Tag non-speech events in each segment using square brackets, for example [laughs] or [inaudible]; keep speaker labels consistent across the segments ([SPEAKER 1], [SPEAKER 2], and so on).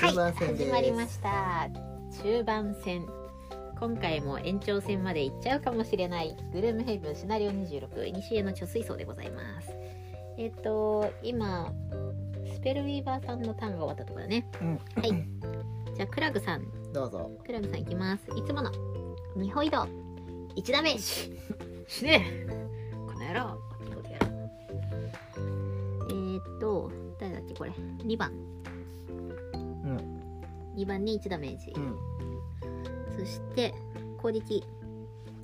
[SPEAKER 1] 中盤戦
[SPEAKER 2] 始
[SPEAKER 1] です、
[SPEAKER 2] まりました中盤戦今回も延長戦まで行っちゃうかもしれないグルームヘイブンシナリオ26西への貯水槽でございますえっ、と今スペルウィーバーさんのターンが終わったところだね、
[SPEAKER 1] うん
[SPEAKER 2] はいじゃあクラグさん
[SPEAKER 1] どうぞ
[SPEAKER 2] クラブさんいきます。いつもの。二歩移動。一ダメージ。死ねえ。この野郎。二歩でやる。えー、っと、誰だっけこれ。二番。
[SPEAKER 1] ん
[SPEAKER 2] 二番に一ダメージ。
[SPEAKER 1] うん
[SPEAKER 2] そして、攻撃。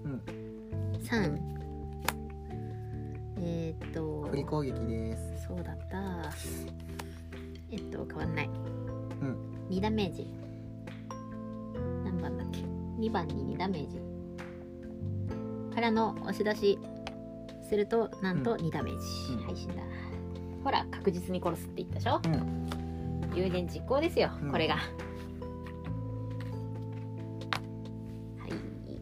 [SPEAKER 1] うん
[SPEAKER 2] 三。えー、っと
[SPEAKER 1] 振、り攻撃です
[SPEAKER 2] そうだった。えっと、変わんない。
[SPEAKER 1] ん
[SPEAKER 2] 二ダメージ。何番だっけ二番に二ダメージ。からの押し出しすると、なんと二ダメージ。
[SPEAKER 1] うん
[SPEAKER 2] 配信だ。ほら、確実に殺すって言ったでしょ、
[SPEAKER 1] う
[SPEAKER 2] 有言実行ですよ、
[SPEAKER 1] うん
[SPEAKER 2] これが。はい、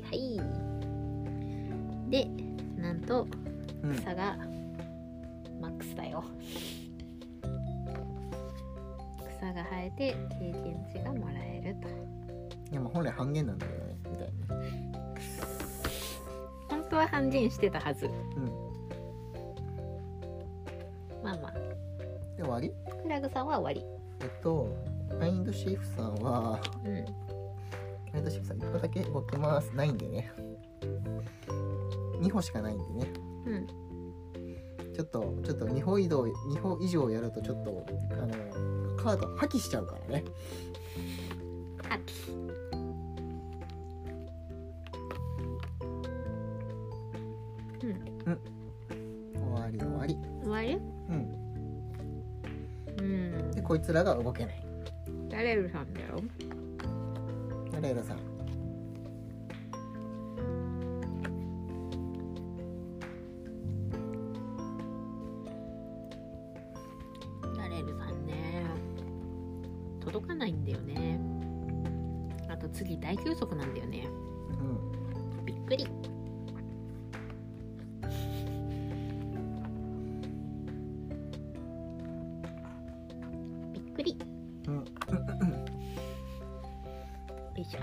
[SPEAKER 2] はい。で、なんと、
[SPEAKER 1] うん
[SPEAKER 2] 差がマックスだよ草が生えて経験値がもらえると
[SPEAKER 1] でも本来半減なんだけどねみたいな
[SPEAKER 2] 本当は半減してたはず
[SPEAKER 1] うん
[SPEAKER 2] まあまあ
[SPEAKER 1] で終わり
[SPEAKER 2] クラグさんは終わ
[SPEAKER 1] えっとファインドシーフさんは
[SPEAKER 2] りうん
[SPEAKER 1] ファインドシーフさん一個だけ動きますないんでね2歩しかないんでね
[SPEAKER 2] うん
[SPEAKER 1] ちょっとちょっと2歩移動2歩以上やるとちょっとあのカード破棄しちゃうからね
[SPEAKER 2] 破棄
[SPEAKER 1] 終わり終わり
[SPEAKER 2] 終わり
[SPEAKER 1] うん
[SPEAKER 2] うん
[SPEAKER 1] でこいつらが動けない
[SPEAKER 2] ダレルさんだよ
[SPEAKER 1] レイラさん
[SPEAKER 2] ダレルさんね届かないんだよねあと次大休息なんだよね
[SPEAKER 1] うん
[SPEAKER 2] びっくりびっくり
[SPEAKER 1] うん
[SPEAKER 2] よいしょ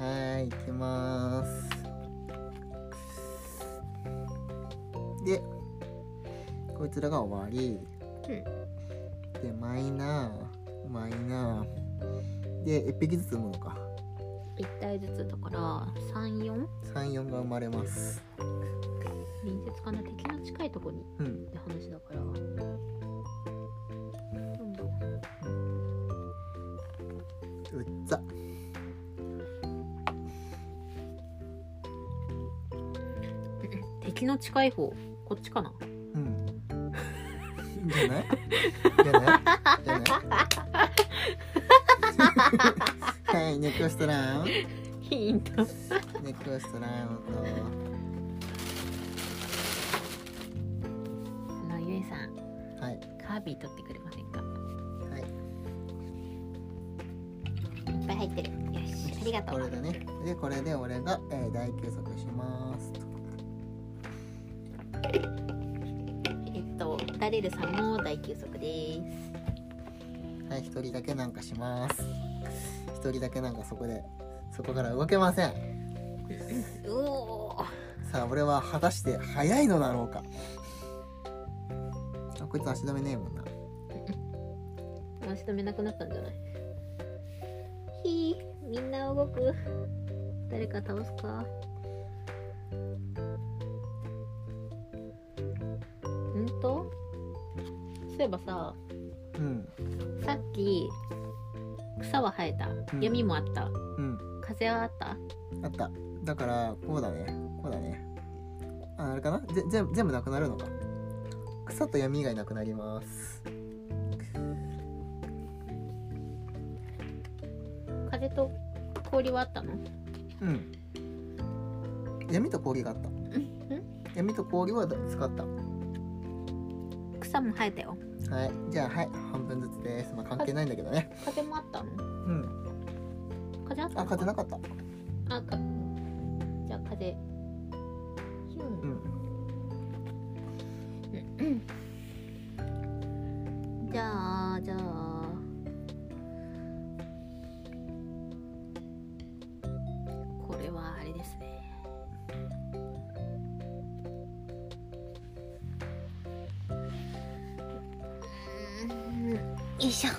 [SPEAKER 1] はーい行きますでこいつらが終わり、でマイナーマイナーで1匹ずつ産むのか
[SPEAKER 2] 一体ずつだから34
[SPEAKER 1] 34が生まれます
[SPEAKER 2] 隣接かな敵の近いとこに
[SPEAKER 1] うん
[SPEAKER 2] って話だからなんだ
[SPEAKER 1] うっざ
[SPEAKER 2] 敵の近い方こっちかな
[SPEAKER 1] うんじゃないじゃないじゃない [laughs] はいネクストラウンド
[SPEAKER 2] ヒント
[SPEAKER 1] ネクストラウンド
[SPEAKER 2] あのゆえさん
[SPEAKER 1] はい
[SPEAKER 2] カービィ取ってくれませんか
[SPEAKER 1] はい
[SPEAKER 2] いっぱい入ってるよしありがと
[SPEAKER 1] こ
[SPEAKER 2] う
[SPEAKER 1] れだねでこれで俺が、えー、大休息しますと
[SPEAKER 2] えっとダレルさんも大休息です
[SPEAKER 1] はい一人だけなんかします一人だけなんかそこでそこから動けません
[SPEAKER 2] うおー
[SPEAKER 1] さあ俺は果たして早いのだろうかあこいつ足止めねえもんな
[SPEAKER 2] 足止めなくなったんじゃないひーみんな動く誰か倒すかうんとそういえばさ
[SPEAKER 1] うん
[SPEAKER 2] さっき草は生えた
[SPEAKER 1] うん
[SPEAKER 2] 闇もあった、
[SPEAKER 1] うん
[SPEAKER 2] 風はあった
[SPEAKER 1] あっただからこうだねこうだねああれかなぜ全部全部なくなるのか草と闇以外なくなります
[SPEAKER 2] 風と氷はあったの
[SPEAKER 1] うん闇と氷があった闇と氷は使った
[SPEAKER 2] 草も生えたよ
[SPEAKER 1] はい、じゃあはい、半分ずつです。まあ関係ないんだけどね。
[SPEAKER 2] 風もあったの
[SPEAKER 1] うん。
[SPEAKER 2] 風あった
[SPEAKER 1] あ、
[SPEAKER 2] のか
[SPEAKER 1] 勝てなかった。
[SPEAKER 2] あかじゃあ風ヒュン
[SPEAKER 1] うん。
[SPEAKER 2] じゃあじゃあいしょ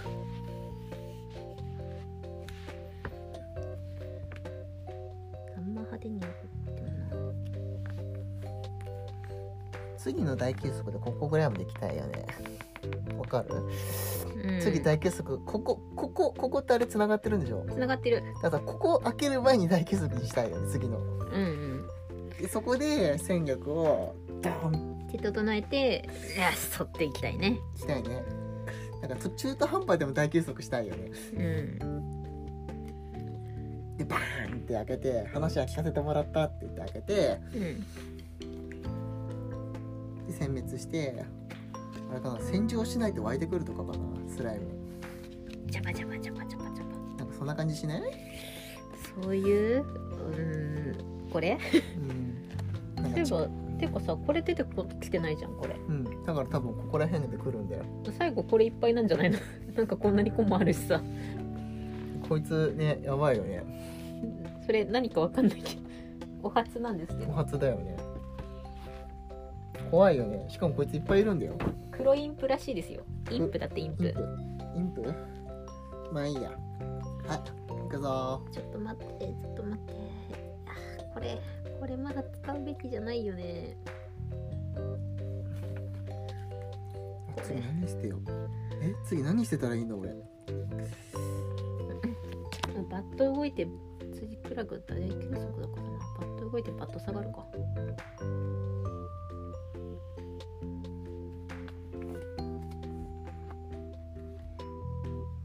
[SPEAKER 2] あんま派手にやってもな
[SPEAKER 1] 次の大計測でここぐらいまで行きたいよねわかる、
[SPEAKER 2] うん
[SPEAKER 1] 次大計測ここここここってあれつながってるんでしょ
[SPEAKER 2] 繋がってる
[SPEAKER 1] だからここ開ける前に大計測にしたいよね次の
[SPEAKER 2] うん
[SPEAKER 1] でそこで戦略をダン
[SPEAKER 2] うん手整えてよし取っていきたいね
[SPEAKER 1] したいねなんか途中途半端でも大計測したいよね
[SPEAKER 2] うん
[SPEAKER 1] でバーンって開けて話は聞かせてもらったって言って開けて
[SPEAKER 2] うん
[SPEAKER 1] で殲滅してあれかな洗浄しないと湧いてくるとかかなスライム
[SPEAKER 2] ジャバジャバジャバジャバジャ
[SPEAKER 1] な
[SPEAKER 2] バ
[SPEAKER 1] んかそんな感じしない、
[SPEAKER 2] そういううんこ [laughs] れ
[SPEAKER 1] うん、なん
[SPEAKER 2] 例
[SPEAKER 1] か
[SPEAKER 2] え
[SPEAKER 1] ち
[SPEAKER 2] ばてかさこれ出てきてないじゃんこれ
[SPEAKER 1] うん、だから多分ここら辺で来るんだよ
[SPEAKER 2] 最後これいっぱいなんじゃないの [laughs] なんかこんなに個もあるしさ
[SPEAKER 1] こいつねやばいよね
[SPEAKER 2] それ何かわかんないけどお初なんですけ
[SPEAKER 1] 不
[SPEAKER 2] ど
[SPEAKER 1] 発だよね怖いよねしかもこいついっぱいいるんだよ
[SPEAKER 2] 黒インプらしいですよインプだってイ
[SPEAKER 1] イ
[SPEAKER 2] ンプ
[SPEAKER 1] ンプインプまあいいやはい行くぞ
[SPEAKER 2] ちょっと待ってちょっと待ってあーこれこれまだ使うべきじゃないよね
[SPEAKER 1] あ次何してよえ次何してたらいいの俺
[SPEAKER 2] バット動いて辻プラグ大急速だからなバット動いてバット下がるか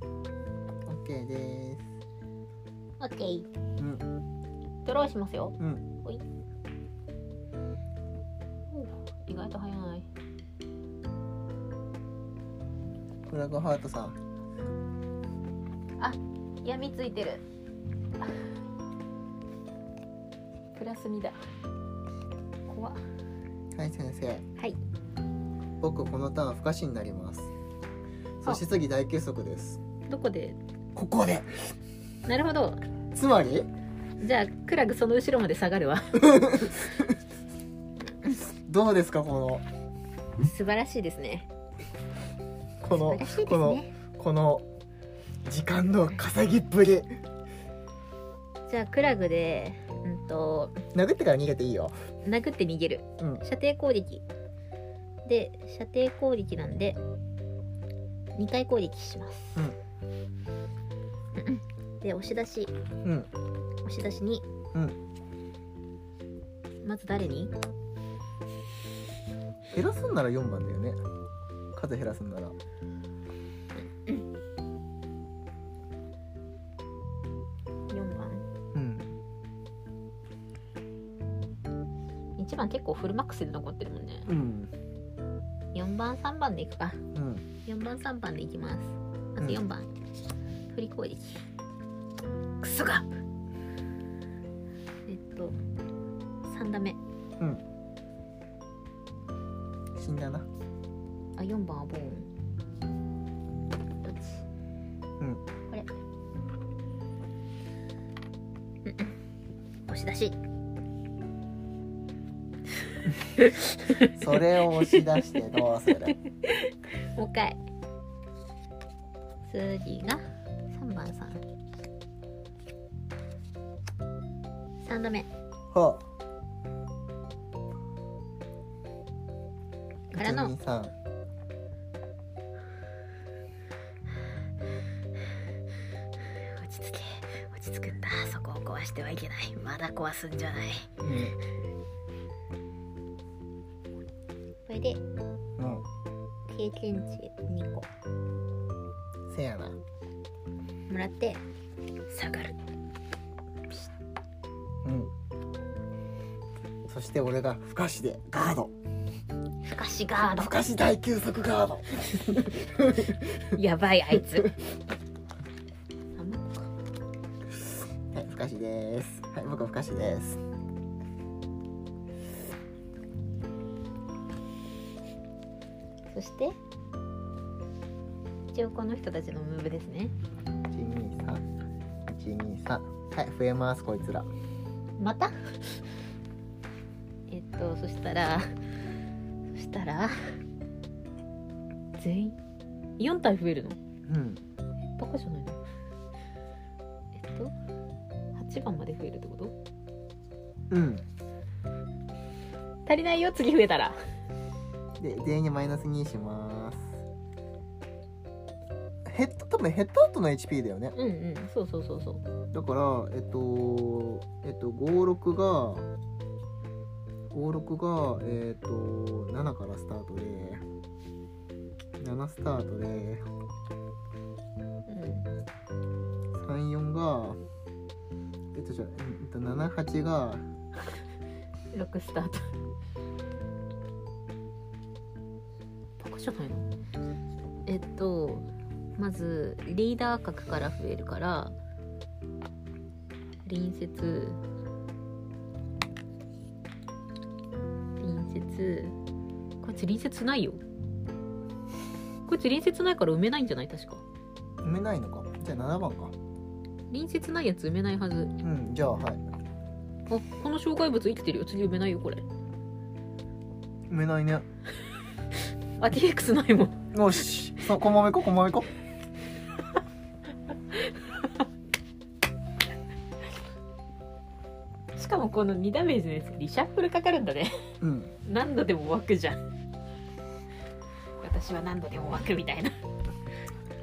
[SPEAKER 1] オッケーでー
[SPEAKER 2] OK
[SPEAKER 1] すうん
[SPEAKER 2] ドローしますよ
[SPEAKER 1] うん
[SPEAKER 2] おう意外と早い
[SPEAKER 1] フラグハートさん
[SPEAKER 2] 闇ついてるプラス2だ怖っ
[SPEAKER 1] はい先生
[SPEAKER 2] はい
[SPEAKER 1] 僕このターン不可視になりますそして次大休息です
[SPEAKER 2] どこで
[SPEAKER 1] ここで
[SPEAKER 2] なるほど
[SPEAKER 1] つまり
[SPEAKER 2] じゃあクラグその後ろまで下がるわ
[SPEAKER 1] どうですかこ
[SPEAKER 2] [laughs] 素晴らしいですね
[SPEAKER 1] のこの、
[SPEAKER 2] 素晴らしいで
[SPEAKER 1] こ
[SPEAKER 2] す
[SPEAKER 1] の
[SPEAKER 2] ね
[SPEAKER 1] この時間の稼ぎっぷり
[SPEAKER 2] じゃあクラグでうんと
[SPEAKER 1] 殴ってから逃げていいよ
[SPEAKER 2] 殴って逃げる、
[SPEAKER 1] うん
[SPEAKER 2] 射程攻撃で射程攻撃なんで2回攻撃します、うん [laughs] で押し出し
[SPEAKER 1] うん
[SPEAKER 2] 押し出しに、
[SPEAKER 1] うん
[SPEAKER 2] まず誰に
[SPEAKER 1] 減らすんなら4番だよね数減らすんなら
[SPEAKER 2] 4番
[SPEAKER 1] うん
[SPEAKER 2] 1番結構フルマックスで残ってるもんね
[SPEAKER 1] うん
[SPEAKER 2] 4番3番でいくか
[SPEAKER 1] うん
[SPEAKER 2] 4番3番でいきますまず
[SPEAKER 1] うん
[SPEAKER 2] 4番、振り攻撃クソがえっと3打目
[SPEAKER 1] 死んだな
[SPEAKER 2] あ4番はボーンどっち
[SPEAKER 1] うん
[SPEAKER 2] これうん押し出し
[SPEAKER 1] それを押し出してどうす
[SPEAKER 2] [laughs]
[SPEAKER 1] る
[SPEAKER 2] もう一回次が3番さん3度目
[SPEAKER 1] ほう
[SPEAKER 2] からの
[SPEAKER 1] 123
[SPEAKER 2] 落ち着け落ち着くんだそこを壊してはいけないまだ壊すんじゃない
[SPEAKER 1] うん
[SPEAKER 2] これで
[SPEAKER 1] うん
[SPEAKER 2] 経験値2個
[SPEAKER 1] せやな
[SPEAKER 2] もらって下がる
[SPEAKER 1] うんそして俺が不可視でガード
[SPEAKER 2] ふかしガ
[SPEAKER 1] 不可視大休息ガード
[SPEAKER 2] ード [laughs] やばいあいつあんま
[SPEAKER 1] はい不可視ですはい僕は不可視です
[SPEAKER 2] そして一応この人たちのムーブですね
[SPEAKER 1] 123123はい増えますこいつら
[SPEAKER 2] またえっとそしたらそしたら全員4体増えるの
[SPEAKER 1] うん
[SPEAKER 2] バカじゃないのえっと8番まで増えるってこと
[SPEAKER 1] うん
[SPEAKER 2] 足りないよ次増えたら
[SPEAKER 1] で全員にマイナス2しますヘッド多分ヘッドアウトの HP だよね
[SPEAKER 2] うんうんそうそうそうそう
[SPEAKER 1] だからえっとえっと56が56がえっと7からスタートで7スタートで
[SPEAKER 2] うん
[SPEAKER 1] 34がえっとじゃあえっと78が
[SPEAKER 2] 6スタートバカじゃないのえっとまずリーダー格から増えるから隣接隣接こいつ隣接ないよこいつ隣接ないから埋めないんじゃない確か
[SPEAKER 1] 埋めないのかじゃあ7番か
[SPEAKER 2] 隣接ないやつ埋めないはず
[SPEAKER 1] うんじゃあはい
[SPEAKER 2] あこの障害物生きてるよ次埋めないよこれ
[SPEAKER 1] 埋めないね
[SPEAKER 2] あ DX ないもん
[SPEAKER 1] よしそうこまめここまめこ
[SPEAKER 2] しかもこの2ダメージのやつリシャッフルかかるんだね [laughs]
[SPEAKER 1] うん
[SPEAKER 2] 何度でも湧くじゃん私は何度でも湧くみたいな
[SPEAKER 1] ちょ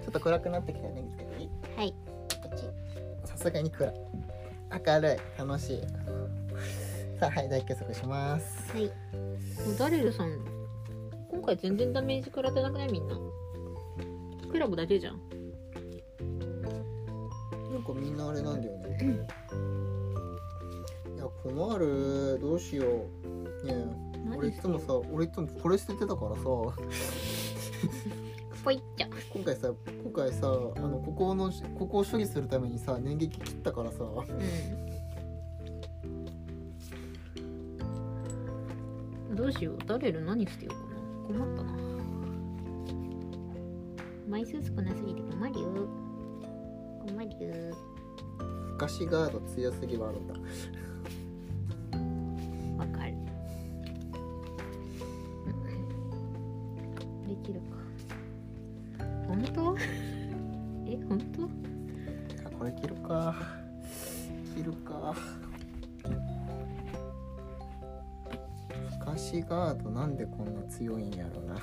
[SPEAKER 1] っと暗くなってきたね。見つけていい
[SPEAKER 2] はい
[SPEAKER 1] さすがに暗い。明るい。楽しい。さあ、はい、大結束します。
[SPEAKER 2] はいダレルさん今回全然ダメージ食らってなくないみんなクラブだけじゃん
[SPEAKER 1] なんかみんなあれなんだよね。いや、困る。どうしよう。ねえ、俺いつもさ、俺いつもこれ捨ててたからさ、
[SPEAKER 2] ポイッチョ
[SPEAKER 1] 今回さ、今回さ、あの、ここの、ここを処理するためにさ、年劇切ったからさ、
[SPEAKER 2] うんどうしようダレル何してようかな困ったな枚数少なすぎて困るよ困るよ
[SPEAKER 1] ガシガード強すぎワードだ。
[SPEAKER 2] わかる。できるか。本当？ [laughs] え、本当？
[SPEAKER 1] あ、これ切るか。切るか。ガシガードなんでこんな強いんやろうな。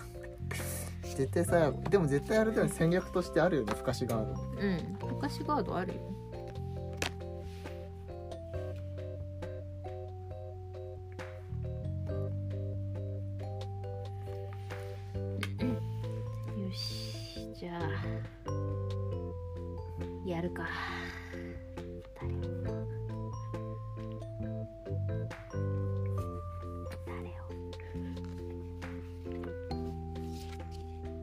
[SPEAKER 1] 絶対さ、でも絶対あれだよね戦略としてあるよね、フカシガード。
[SPEAKER 2] うん。お菓子ガードあるよ。よし、じゃあやるか。誰？誰を？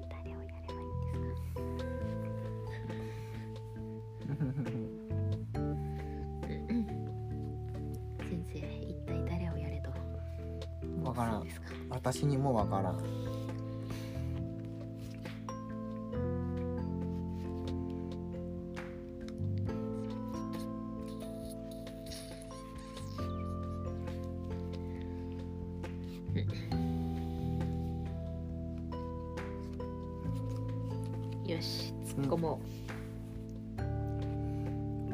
[SPEAKER 2] 誰をやればいいんですか？うん先生一体誰をやれと
[SPEAKER 1] わから
[SPEAKER 2] そうで
[SPEAKER 1] ん。
[SPEAKER 2] すか
[SPEAKER 1] 私にもわからん。
[SPEAKER 2] よし突っ込も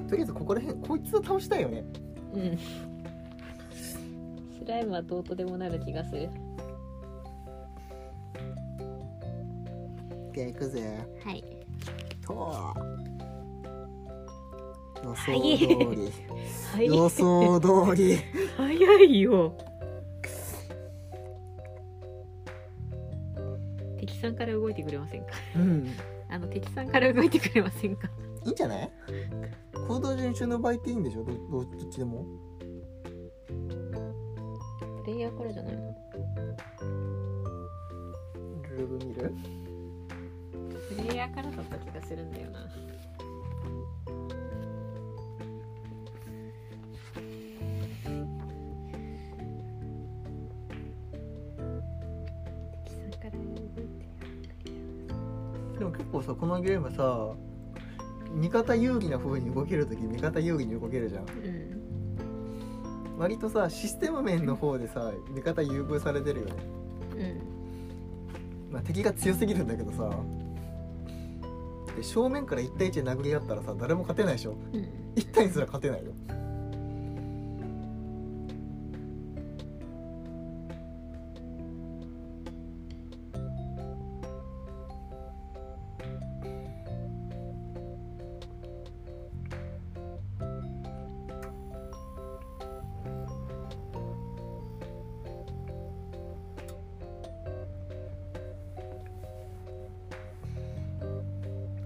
[SPEAKER 1] とりあえずここら辺、こいつを倒したいよね。
[SPEAKER 2] ううんスライムはどうとでもなる気がする
[SPEAKER 1] じゃあ行くぜ。
[SPEAKER 2] はい
[SPEAKER 1] と予想
[SPEAKER 2] い
[SPEAKER 1] 通り。
[SPEAKER 2] は
[SPEAKER 1] 予想通り。 [laughs]
[SPEAKER 2] 早いよ敵さんから動いてくれませんか
[SPEAKER 1] うん。
[SPEAKER 2] あの敵さんから動いてくれませんか
[SPEAKER 1] いいんじゃない行動順守の場合っていいんでしょどどどっちでも
[SPEAKER 2] プレイヤーからじゃないの
[SPEAKER 1] ルール見る
[SPEAKER 2] プレイヤーからだった気がするんだよな敵さんから動いて
[SPEAKER 1] でも結構さこのゲームさ味方有利な風に動ける時味方有利に動けるじゃん
[SPEAKER 2] うん
[SPEAKER 1] 割とさシステム面の方でさ味方優遇されてるよね、
[SPEAKER 2] うん
[SPEAKER 1] まあ、敵が強すぎるんだけどさって正面から1対1で殴り合ったらさ誰も勝てないでしょ
[SPEAKER 2] うん
[SPEAKER 1] 1対1すら勝てないよ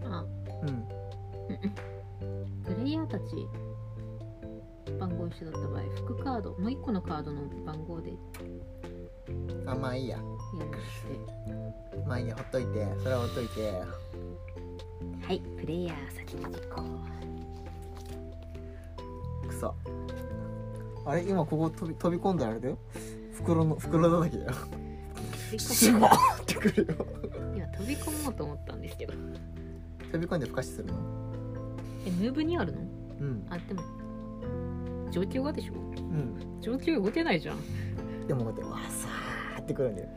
[SPEAKER 2] あ
[SPEAKER 1] うん
[SPEAKER 2] プレイヤーたち番号一緒だった場合副カードもう一個のカードの番号でや
[SPEAKER 1] あまあいいや
[SPEAKER 2] るとして
[SPEAKER 1] まあいいやほっといてそれはほっといて
[SPEAKER 2] はいプレイヤー先に実行
[SPEAKER 1] くそあれ今ここ飛び飛び込んだらあれだよ袋の袋叩きだよシュワーってくるよ
[SPEAKER 2] 今飛び込もうと思ったんですけど
[SPEAKER 1] 飛び込んで孵化しするの
[SPEAKER 2] えムーブにあるの
[SPEAKER 1] うん
[SPEAKER 2] あでも状況がでしょ
[SPEAKER 1] うん
[SPEAKER 2] 状況動けないじゃん
[SPEAKER 1] でもこうやってわーさーってくるんだよ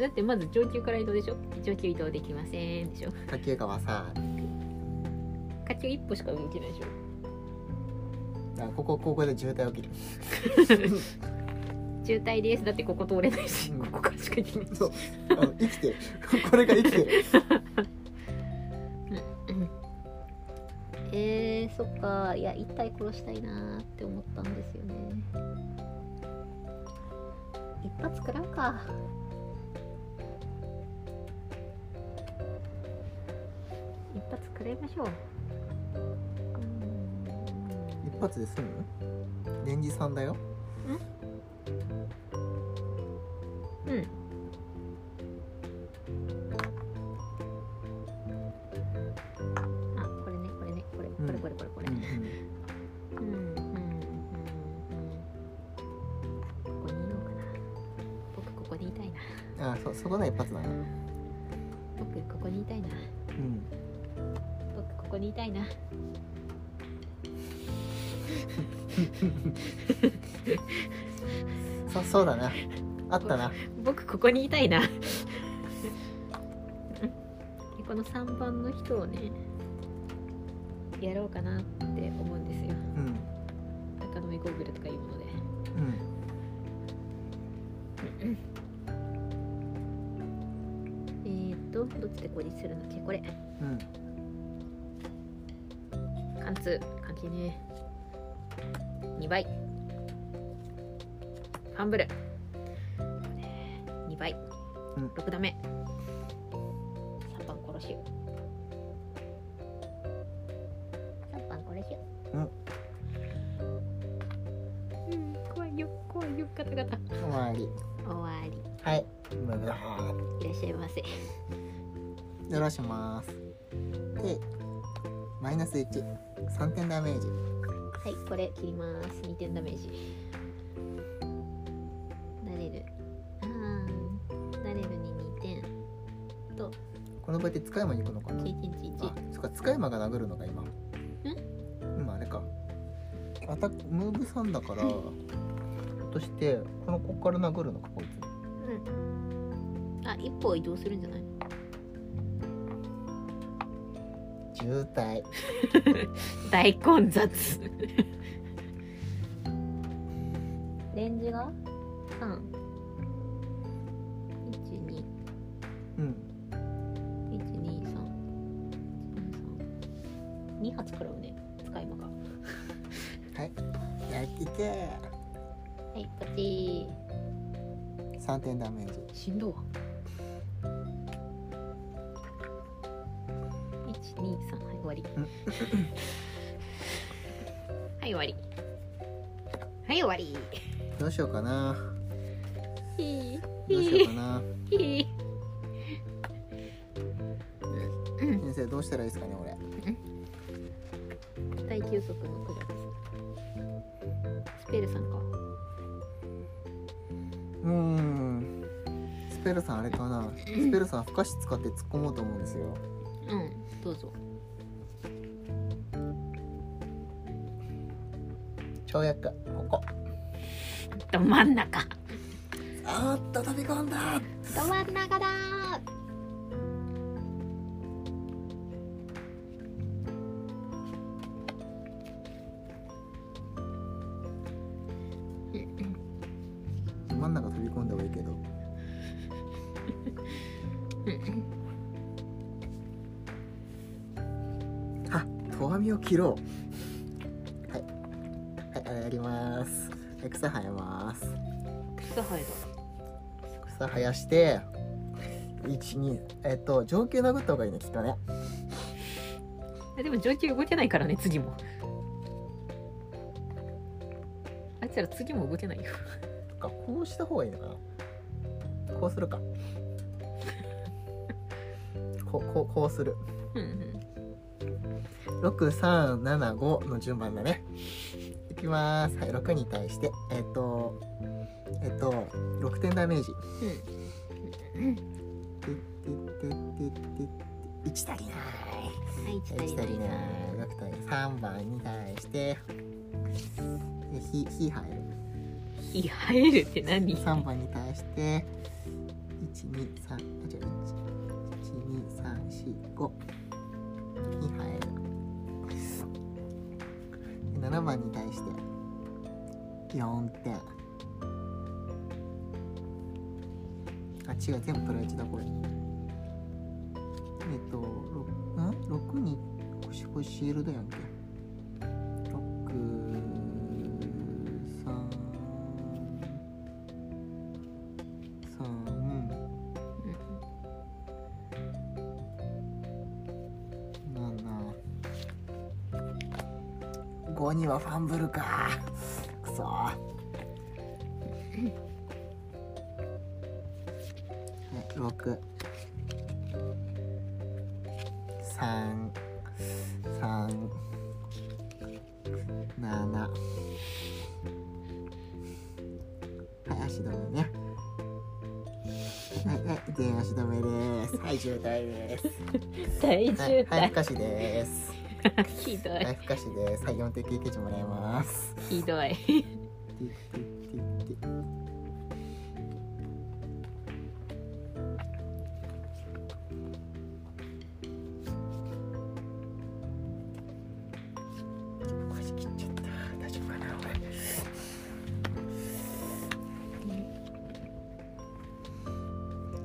[SPEAKER 2] だってまず上級から移動でしょ上級移動できませんでしょ
[SPEAKER 1] 下級がわさー
[SPEAKER 2] 下級一歩しか動けないでしょ
[SPEAKER 1] だからここここで渋滞起きる
[SPEAKER 2] 渋滞ですだってここ通れないし、
[SPEAKER 1] うん
[SPEAKER 2] ここからしか行けないし
[SPEAKER 1] そうあの生きてるこれが生きてる
[SPEAKER 2] うんえー、そっかいや一体殺したいなーって思ったんですよね一発食らうか一発食らいましょううん
[SPEAKER 1] 一発で済むレンジさんだよ
[SPEAKER 2] うん。あ、これね、これね、これ、これ、これ、これ、これ。うん、うん、うん、うん。ここにいようかな。僕、ここにいたいな。
[SPEAKER 1] あそそこが一発だね
[SPEAKER 2] 僕、ここにいたいな。
[SPEAKER 1] うん
[SPEAKER 2] 僕、ここにいたいな。
[SPEAKER 1] そそうだなあったな
[SPEAKER 2] 僕、ここにいたいな。 [laughs] でこの三番の人をね。やろうかなって思うんですよ。
[SPEAKER 1] うん
[SPEAKER 2] 高野目ゴーグルとかいうもので。
[SPEAKER 1] うん
[SPEAKER 2] えー、っと、どっちでこれにするんだっけこれ。
[SPEAKER 1] うん
[SPEAKER 2] 貫通。関係ねえ。2倍。ファンブル。2倍。
[SPEAKER 1] うん
[SPEAKER 2] 6ダメ。3番殺しよう。3番殺しよう。
[SPEAKER 1] うん
[SPEAKER 2] うん。怖いよ、怖いよ、ガタガタ。
[SPEAKER 1] 終わり
[SPEAKER 2] 終わり。
[SPEAKER 1] はい今だー
[SPEAKER 2] いらっしゃいませ。
[SPEAKER 1] よろしますでマイナス13点ダメージ
[SPEAKER 2] はい、これ切ります。2点ダメージ。なれる。あーなれるに2点。
[SPEAKER 1] この場合って使い魔に行くのかな
[SPEAKER 2] 経験値
[SPEAKER 1] あそっか使い魔が殴るのか今今あれかアタックムーブ3だからとしてこのこっから殴るのかこいつ
[SPEAKER 2] 1。うん。あ、一歩移動するんじゃない
[SPEAKER 1] 渋滞
[SPEAKER 2] 大混雑。 [laughs] レンジが ?3。1、2、
[SPEAKER 1] うん
[SPEAKER 2] 1、2、3。2発食らうね。使い魔が。は
[SPEAKER 1] やってけ
[SPEAKER 2] い、パチ
[SPEAKER 1] 3点ダメージ
[SPEAKER 2] ー。しんどいわ。1、2、3。はい、終 [laughs] わり。はい、終わり。はい、終わり。
[SPEAKER 1] どうしようかな
[SPEAKER 2] ひ
[SPEAKER 1] どうしようかな
[SPEAKER 2] ひ
[SPEAKER 1] 先生どうしたらいいですかね俺
[SPEAKER 2] 耐久速のクラススペルさんか
[SPEAKER 1] うーんスペルさんあれかなスペルさん不可視使って突っ込もうと思うんですよ
[SPEAKER 2] うんどうぞ
[SPEAKER 1] 跳躍ここ
[SPEAKER 2] ど真ん中
[SPEAKER 1] あーっと飛び込んだ
[SPEAKER 2] ど真ん中だ
[SPEAKER 1] [laughs]
[SPEAKER 2] うん
[SPEAKER 1] あ、とわみを切ろう。はい。はい、あれやります。はい草生えます。
[SPEAKER 2] 草生え
[SPEAKER 1] 草生やして、1、2、えっと、上級殴った方がいいね、きっとね。
[SPEAKER 2] たでも上級動けないからね次もあいつら次も動けないよ
[SPEAKER 1] とか、こうした方がいいのかな。こうするか。こう、こう、こうする。
[SPEAKER 2] うんうん
[SPEAKER 1] 六三七五の順番だね。いきます。はい、六に対して、えっ、と、えっ、と、六点ダメージ。
[SPEAKER 2] うん
[SPEAKER 1] 一足りない。
[SPEAKER 2] はい
[SPEAKER 1] 一足りない。六対三番に対して。でひ、ひ入る。
[SPEAKER 2] 火生えるって何
[SPEAKER 1] 三番に対して。一二三、あ、違う、一。一二三四五。に入る。で七番に対して。四点。あ、違う、全部プライチだ、これ。えっと、ろん六に、こしこしシールドやんけ。六三三
[SPEAKER 2] う
[SPEAKER 1] 七五にはファンブルか。くそ。はい六三三七はい、足止めね。はい、はい、全足止めです。はい、渋滞です。
[SPEAKER 2] ん大渋
[SPEAKER 1] はい、
[SPEAKER 2] 滞、
[SPEAKER 1] はい、不可視です。
[SPEAKER 2] ひど
[SPEAKER 1] はいい、不可視です。はい、4点経験値もらえます。
[SPEAKER 2] ひどい
[SPEAKER 1] 腰切っちゃった。大丈夫かな、これ。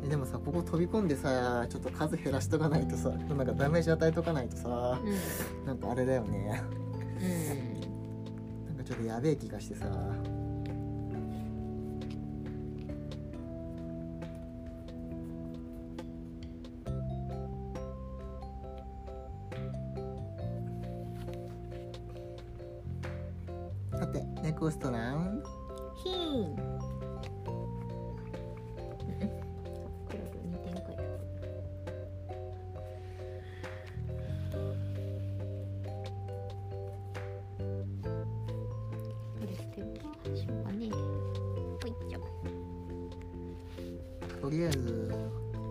[SPEAKER 1] えでもさここ飛び込んでさちょっと数減らしとかないとさなんかダメージ与えとかないとさ
[SPEAKER 2] うん
[SPEAKER 1] なんかあれだよね [laughs]
[SPEAKER 2] うん
[SPEAKER 1] なんかちょっとやべえ気がしてさ。さて、ネクストラウンド。
[SPEAKER 2] ヒーン。クラブ二点回復。これステップはしようかね。ほいっちょ。
[SPEAKER 1] とりあえず、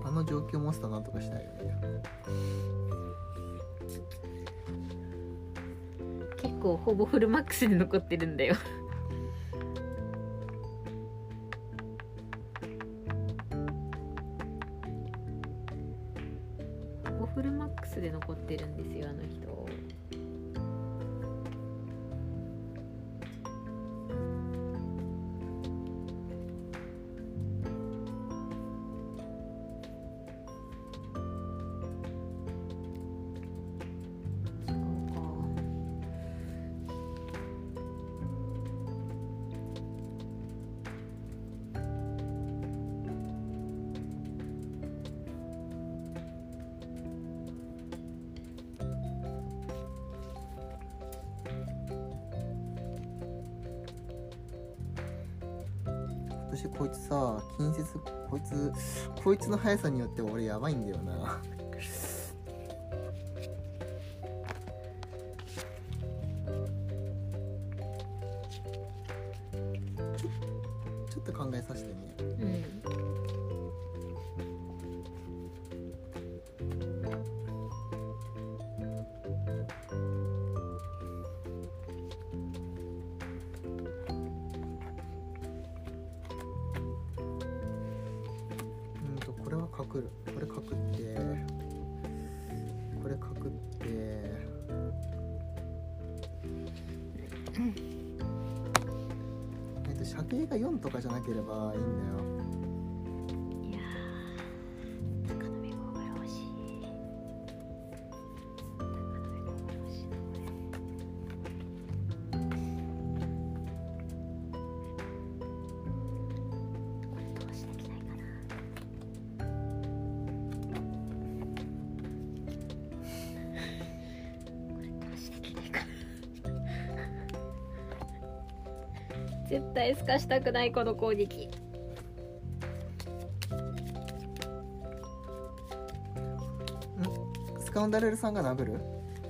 [SPEAKER 1] あの状況モンスターなんとかしたいよね。
[SPEAKER 2] 結構ほぼフルマックスで残ってるんだよ。ほぼフルマックスで残ってるんですよあの人。違うか。
[SPEAKER 1] 私こいつさ、近接、こいつ、こいつの速さによって俺やばいんだよな。ちょっと考えさせてね。
[SPEAKER 2] うん
[SPEAKER 1] うんとこれはかくるこれかくってこれかくってえっと射程が4とかじゃなければいいんだよ
[SPEAKER 2] いやー高鍋が絶対すかしたくないこの攻撃
[SPEAKER 1] スカウンダレルさんが殴る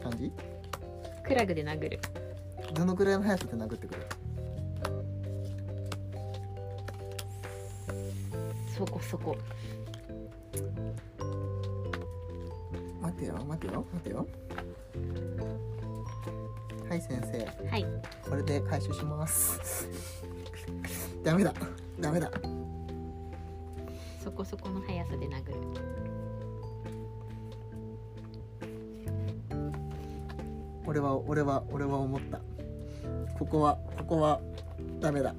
[SPEAKER 1] 感じ
[SPEAKER 2] クラグで殴る
[SPEAKER 1] どのくらいの速さで殴ってくる
[SPEAKER 2] そこそこ
[SPEAKER 1] 待てよ待てよ待てよはい先生
[SPEAKER 2] はい
[SPEAKER 1] これで回収します [laughs] ダメだダメだ
[SPEAKER 2] そこそこの速さで殴る
[SPEAKER 1] 俺は俺は俺は思ったここはここはダメだ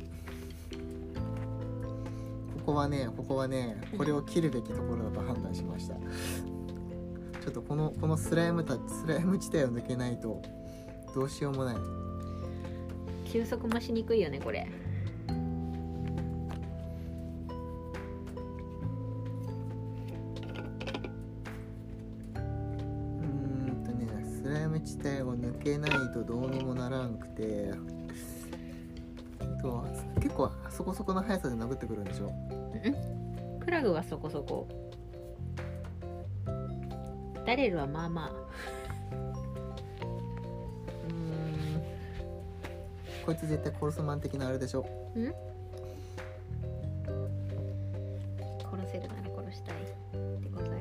[SPEAKER 1] ここはねここはねこれを切るべきところだと判断しましたちょっとこのこのスライムたスライム地帯を抜けないとどうしようもない
[SPEAKER 2] 休息もしにくいよねこれ
[SPEAKER 1] うーんとねスライム地帯を抜けないとどうにもならんくてと結構そこそこの速さで殴ってくるんでしょ
[SPEAKER 2] クラグはそこそこダレルはまあま
[SPEAKER 1] うーんこいつ絶対コルスマン的なあれでしょ
[SPEAKER 2] あ殺せるなら殺したいでござる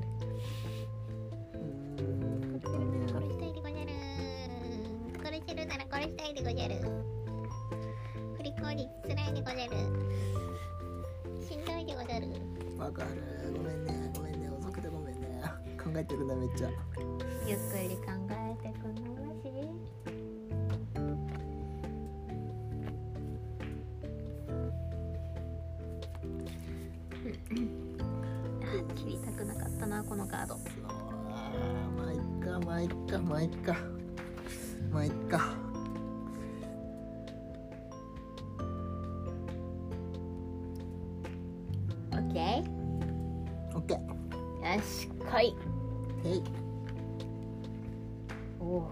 [SPEAKER 1] うーんとね
[SPEAKER 3] 殺したいでごじゃる殺せるなら殺したいでごじゃる振り返りつらいでごじゃるしんどいでござる
[SPEAKER 1] わかるごめんねごめんね遅くてごめんね考えてるんだめっちゃ
[SPEAKER 3] ゆっくり考えてくのまし
[SPEAKER 2] あー切りたくなかったなこのカード
[SPEAKER 1] あーまあいっかまあいっかまあいっかまあいっか
[SPEAKER 2] オッケー
[SPEAKER 1] オッケー
[SPEAKER 2] よし来い
[SPEAKER 1] へい
[SPEAKER 2] おお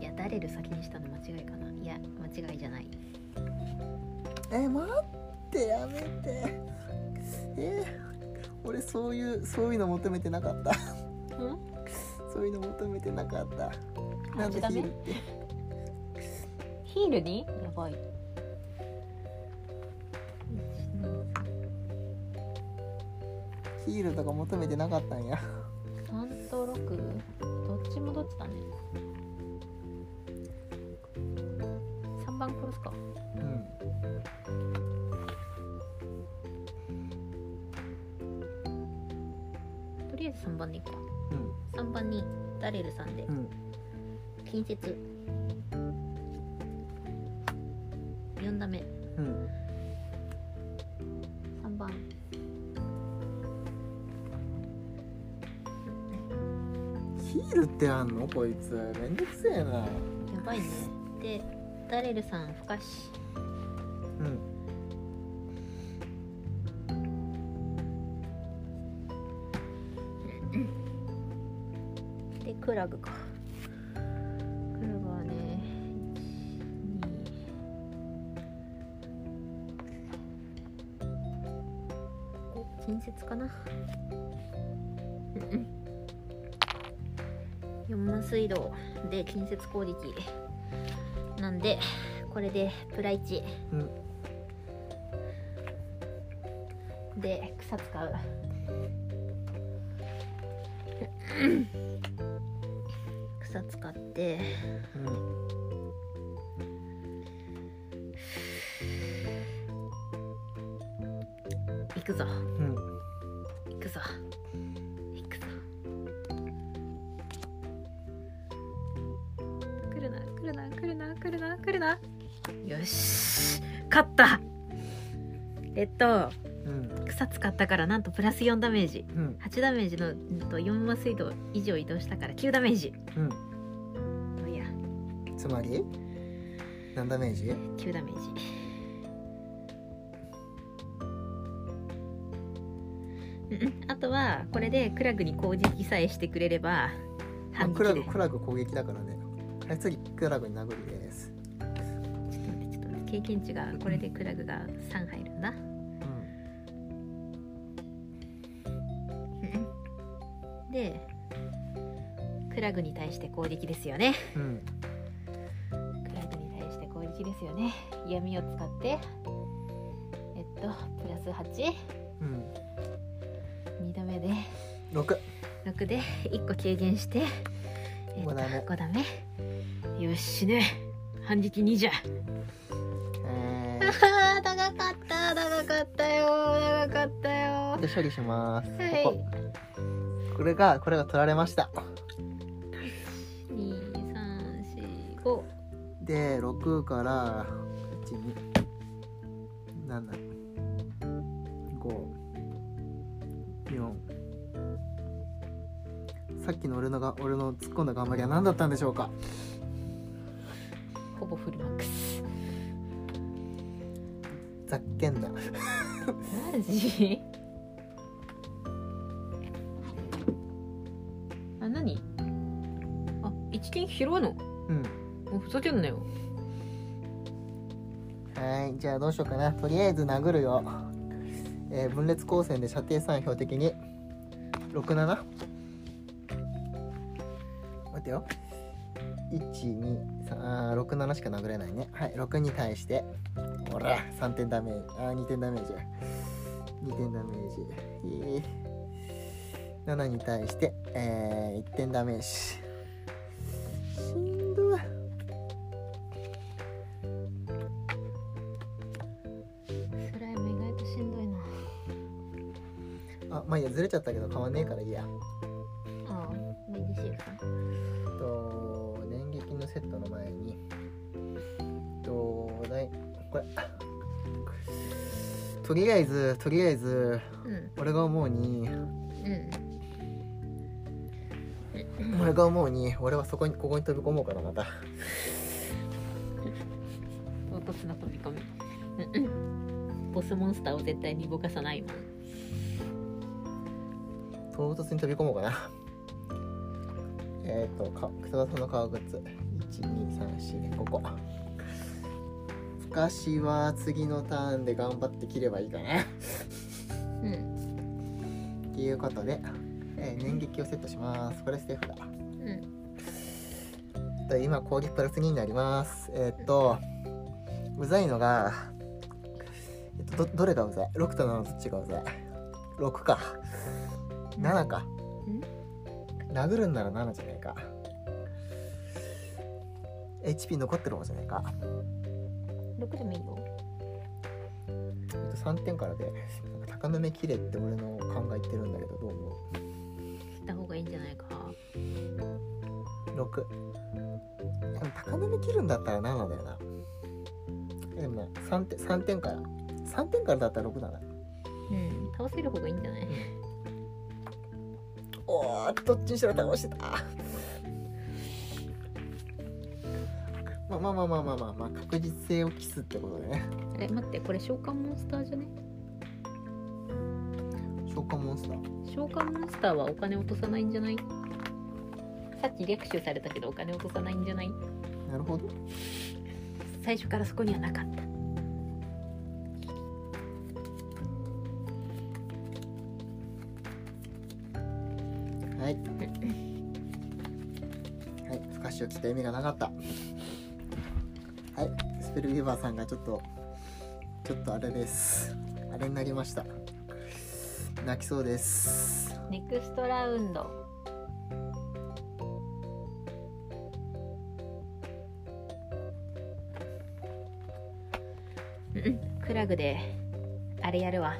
[SPEAKER 2] いやダレル先にしたの間違いかないや間違いじゃない
[SPEAKER 1] え待ってやめてえー俺そういうそういうの求めてなかった [laughs]
[SPEAKER 2] うん
[SPEAKER 1] そういうの求めてなかったなんでヒ
[SPEAKER 2] ダメ
[SPEAKER 1] ールって
[SPEAKER 2] ヒールにやばい
[SPEAKER 1] ヒールとか求めてなかったんや
[SPEAKER 2] 3と6どっちもどっちだね3番殺すか
[SPEAKER 1] うん
[SPEAKER 2] とりあえず3番でいくか
[SPEAKER 1] うん
[SPEAKER 2] 3番にダレルさんで
[SPEAKER 1] うん
[SPEAKER 2] 近接4打目
[SPEAKER 1] うん
[SPEAKER 2] 3番
[SPEAKER 1] ヒールってあんのこいつめんどくせえな
[SPEAKER 2] やばいねでダレルさんふかし
[SPEAKER 1] うん
[SPEAKER 2] でクラグかクラグはね1 2お近接かなうん4マス移動で近接攻撃なんでこれでプラ1
[SPEAKER 1] うん
[SPEAKER 2] で草使う草使って
[SPEAKER 1] うん
[SPEAKER 2] 行くぞ
[SPEAKER 1] うん
[SPEAKER 2] 行くぞ行くぞ来るな来るな来るな来るな来るなよし勝ったえっと
[SPEAKER 1] うん
[SPEAKER 2] 草使ったからなんとプラス4ダメージ
[SPEAKER 1] うん
[SPEAKER 2] 8ダメージの、うんと、4マス移動以上移動したから9ダメージ
[SPEAKER 1] うん
[SPEAKER 2] おや
[SPEAKER 1] つまり何ダメージ
[SPEAKER 2] 9ダメージうんうんあとはこれでクラグに攻撃さえしてくれれば
[SPEAKER 1] まあ
[SPEAKER 2] 反撃
[SPEAKER 1] クラグクラグ攻撃だからねはい次クラグに殴りです
[SPEAKER 2] ちょっと待ってちょっと待って経験値がこれでクラグが3入るんだ
[SPEAKER 1] うん
[SPEAKER 2] でクラグに対して攻撃ですよね
[SPEAKER 1] うん
[SPEAKER 2] クラグに対して攻撃ですよね闇を使ってえっとプラス82
[SPEAKER 1] うん
[SPEAKER 2] 度目で
[SPEAKER 1] 6
[SPEAKER 2] 6で1個軽減して、えっと
[SPEAKER 1] 五段目
[SPEAKER 2] 5ダメよし死ね反撃2じゃ
[SPEAKER 1] え
[SPEAKER 2] あー長かった長かったよ長かったよ
[SPEAKER 1] ー、で処理します、
[SPEAKER 2] はい
[SPEAKER 1] こここれがこれが取られました
[SPEAKER 2] 二三四五
[SPEAKER 1] で6から1275さっきの俺のが俺の突っ込んだ頑張りは何だったんでしょうか
[SPEAKER 2] ほぼフルマックス
[SPEAKER 1] ざっけんな
[SPEAKER 2] マジあ何あ一撃拾うの
[SPEAKER 1] うん
[SPEAKER 2] もうふざけんなよ
[SPEAKER 1] はいじゃあどうしようかなとりあえず殴るよ、えー分裂光線で射程3標的に67待ってよ1267しか殴れないねはい6に対してほら3点ダメージあー2点ダメージ2点ダメージ、えー7に対して、え1点ダメージしんどい
[SPEAKER 2] スライム意外としんどいな
[SPEAKER 1] あまあいいやずれちゃったけど変わんねえからいいや
[SPEAKER 2] ああメディシウさん
[SPEAKER 1] えっと電撃のセットの前にえっと大これとりあえずとりあえず
[SPEAKER 2] うん
[SPEAKER 1] 俺が思うに
[SPEAKER 2] うん
[SPEAKER 1] 俺が思うに俺はそこにここに飛び込もうかなまた
[SPEAKER 2] 唐突な飛び込みうんボスモンスターを絶対に動かさないもん
[SPEAKER 1] 唐突に飛び込もうかなえっ、とか草田さんの革靴1234ここふかしは次のターンで頑張って切ればいいかな
[SPEAKER 2] うん
[SPEAKER 1] ということで、えー、年撃をセットしますこれセーフだ
[SPEAKER 2] うん
[SPEAKER 1] えっと今攻撃プラス2になりますえーっとうざいのが、えっと、どどれがうざい6と7どっちがうざい6か7か殴るんなら7じゃないか HP 残ってる方じゃないか、
[SPEAKER 2] 6でもいいよ
[SPEAKER 1] えっと、3点からでなんか高の目切れって俺の考えてるんだけどどう思
[SPEAKER 2] 切った方がいいんじゃないか
[SPEAKER 1] う6でも高の目切るんだったら7だよなでもね 3, 点3点から3点からだったら6だな
[SPEAKER 2] うん倒せる方がいいんじゃない
[SPEAKER 1] おーどっちにしろ倒してたまあまあまあまあまあまあ、まあ、確実性を期すってことでね
[SPEAKER 2] あれ待ってこれ召喚モンスターじゃね
[SPEAKER 1] 召喚モンスター
[SPEAKER 2] 召喚モンスターはお金落とさないんじゃないさっき略取されたけどお金落とさないんじゃない
[SPEAKER 1] なるほど
[SPEAKER 2] 最初からそこにはなかった
[SPEAKER 1] はいはい不可視を切った意味がなかったはいスペルビーバーさんがちょっとちょっとあれですあれになりました泣きそうです
[SPEAKER 2] ネクストラウンドうんクラグであれやるわ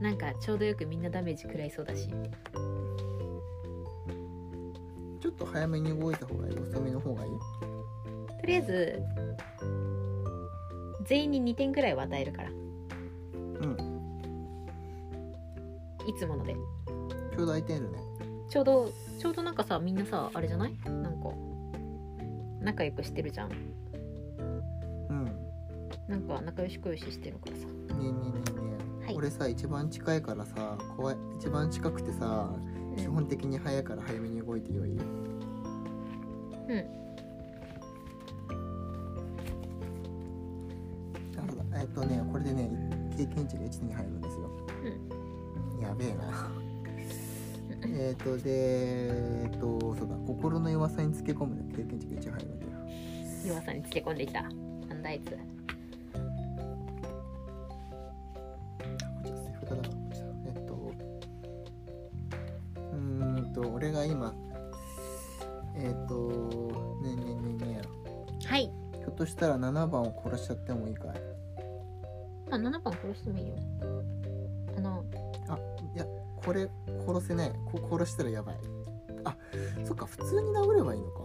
[SPEAKER 2] なんかちょうどよくみんなダメージ食らいそうだし
[SPEAKER 1] ちょっと早めに動いた方がいい遅めの方がいい
[SPEAKER 2] とりあえず全員に2点くらいは与えるから
[SPEAKER 1] うん
[SPEAKER 2] いつもので
[SPEAKER 1] ちょうど空いてるね
[SPEAKER 2] ちょうどちょうどなんかさみんなさあれじゃないなんか仲良くしてるじゃん
[SPEAKER 1] うん
[SPEAKER 2] なんか仲良しこよししてるからさ
[SPEAKER 1] ねえねえねえねえ、
[SPEAKER 2] はい
[SPEAKER 1] 俺さ一番近いからさ怖い一番近くてさ基本的に早いから早めに動いてよいなるほどえっとねこれでね経験値が1に入るんですよ、やべえ
[SPEAKER 2] [laughs]
[SPEAKER 1] なえっとでえっとそうだ心の弱さにつけ込むで経験値が1入るんだよ
[SPEAKER 2] 弱さにつけ込んできたなんだあいつ
[SPEAKER 1] ちょっとセフレだなこっちだえっとうーんと俺が今えっとねえねえねえね
[SPEAKER 2] はい
[SPEAKER 1] えひょっとしたら7番を殺しちゃってもいいかい
[SPEAKER 2] あ7番殺してもいいよあの
[SPEAKER 1] いやこれ殺せないこ殺したらやばいあそっか普通に殴ればいいのか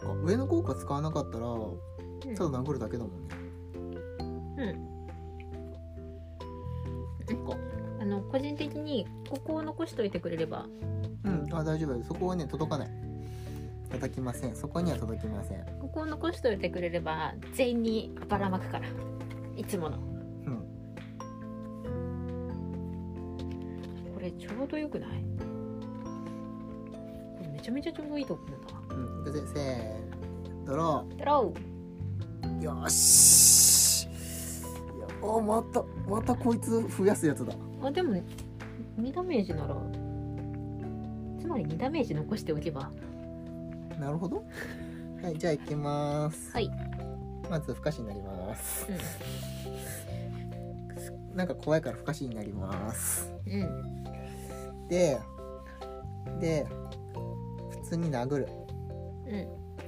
[SPEAKER 1] そっか上の効果使わなかったら
[SPEAKER 2] うん
[SPEAKER 1] ただ殴るだけだもんねそっか
[SPEAKER 2] あの個人的にここを残しといてくれれば
[SPEAKER 1] うん、あ大丈夫そこはね届かない届きませんそこには届きません
[SPEAKER 2] ここを残しといてくれれば全員にばらまくからいつもの
[SPEAKER 1] うん
[SPEAKER 2] これちょうどよくないこれめちゃめちゃちょうどいいと思うんだ
[SPEAKER 1] うんいくぜせーのドロ
[SPEAKER 2] ドロ
[SPEAKER 1] ーよーしいやあまたまたこいつ増やすやつだ
[SPEAKER 2] ーあでも2ダメージならつまり2ダメージ残しておけば
[SPEAKER 1] なるほ [laughs] どはいじゃあ行きます
[SPEAKER 2] はい
[SPEAKER 1] まず不可視になります
[SPEAKER 2] う
[SPEAKER 1] なんか怖いから不可視になります
[SPEAKER 2] んうん
[SPEAKER 1] でで普通に殴る
[SPEAKER 2] う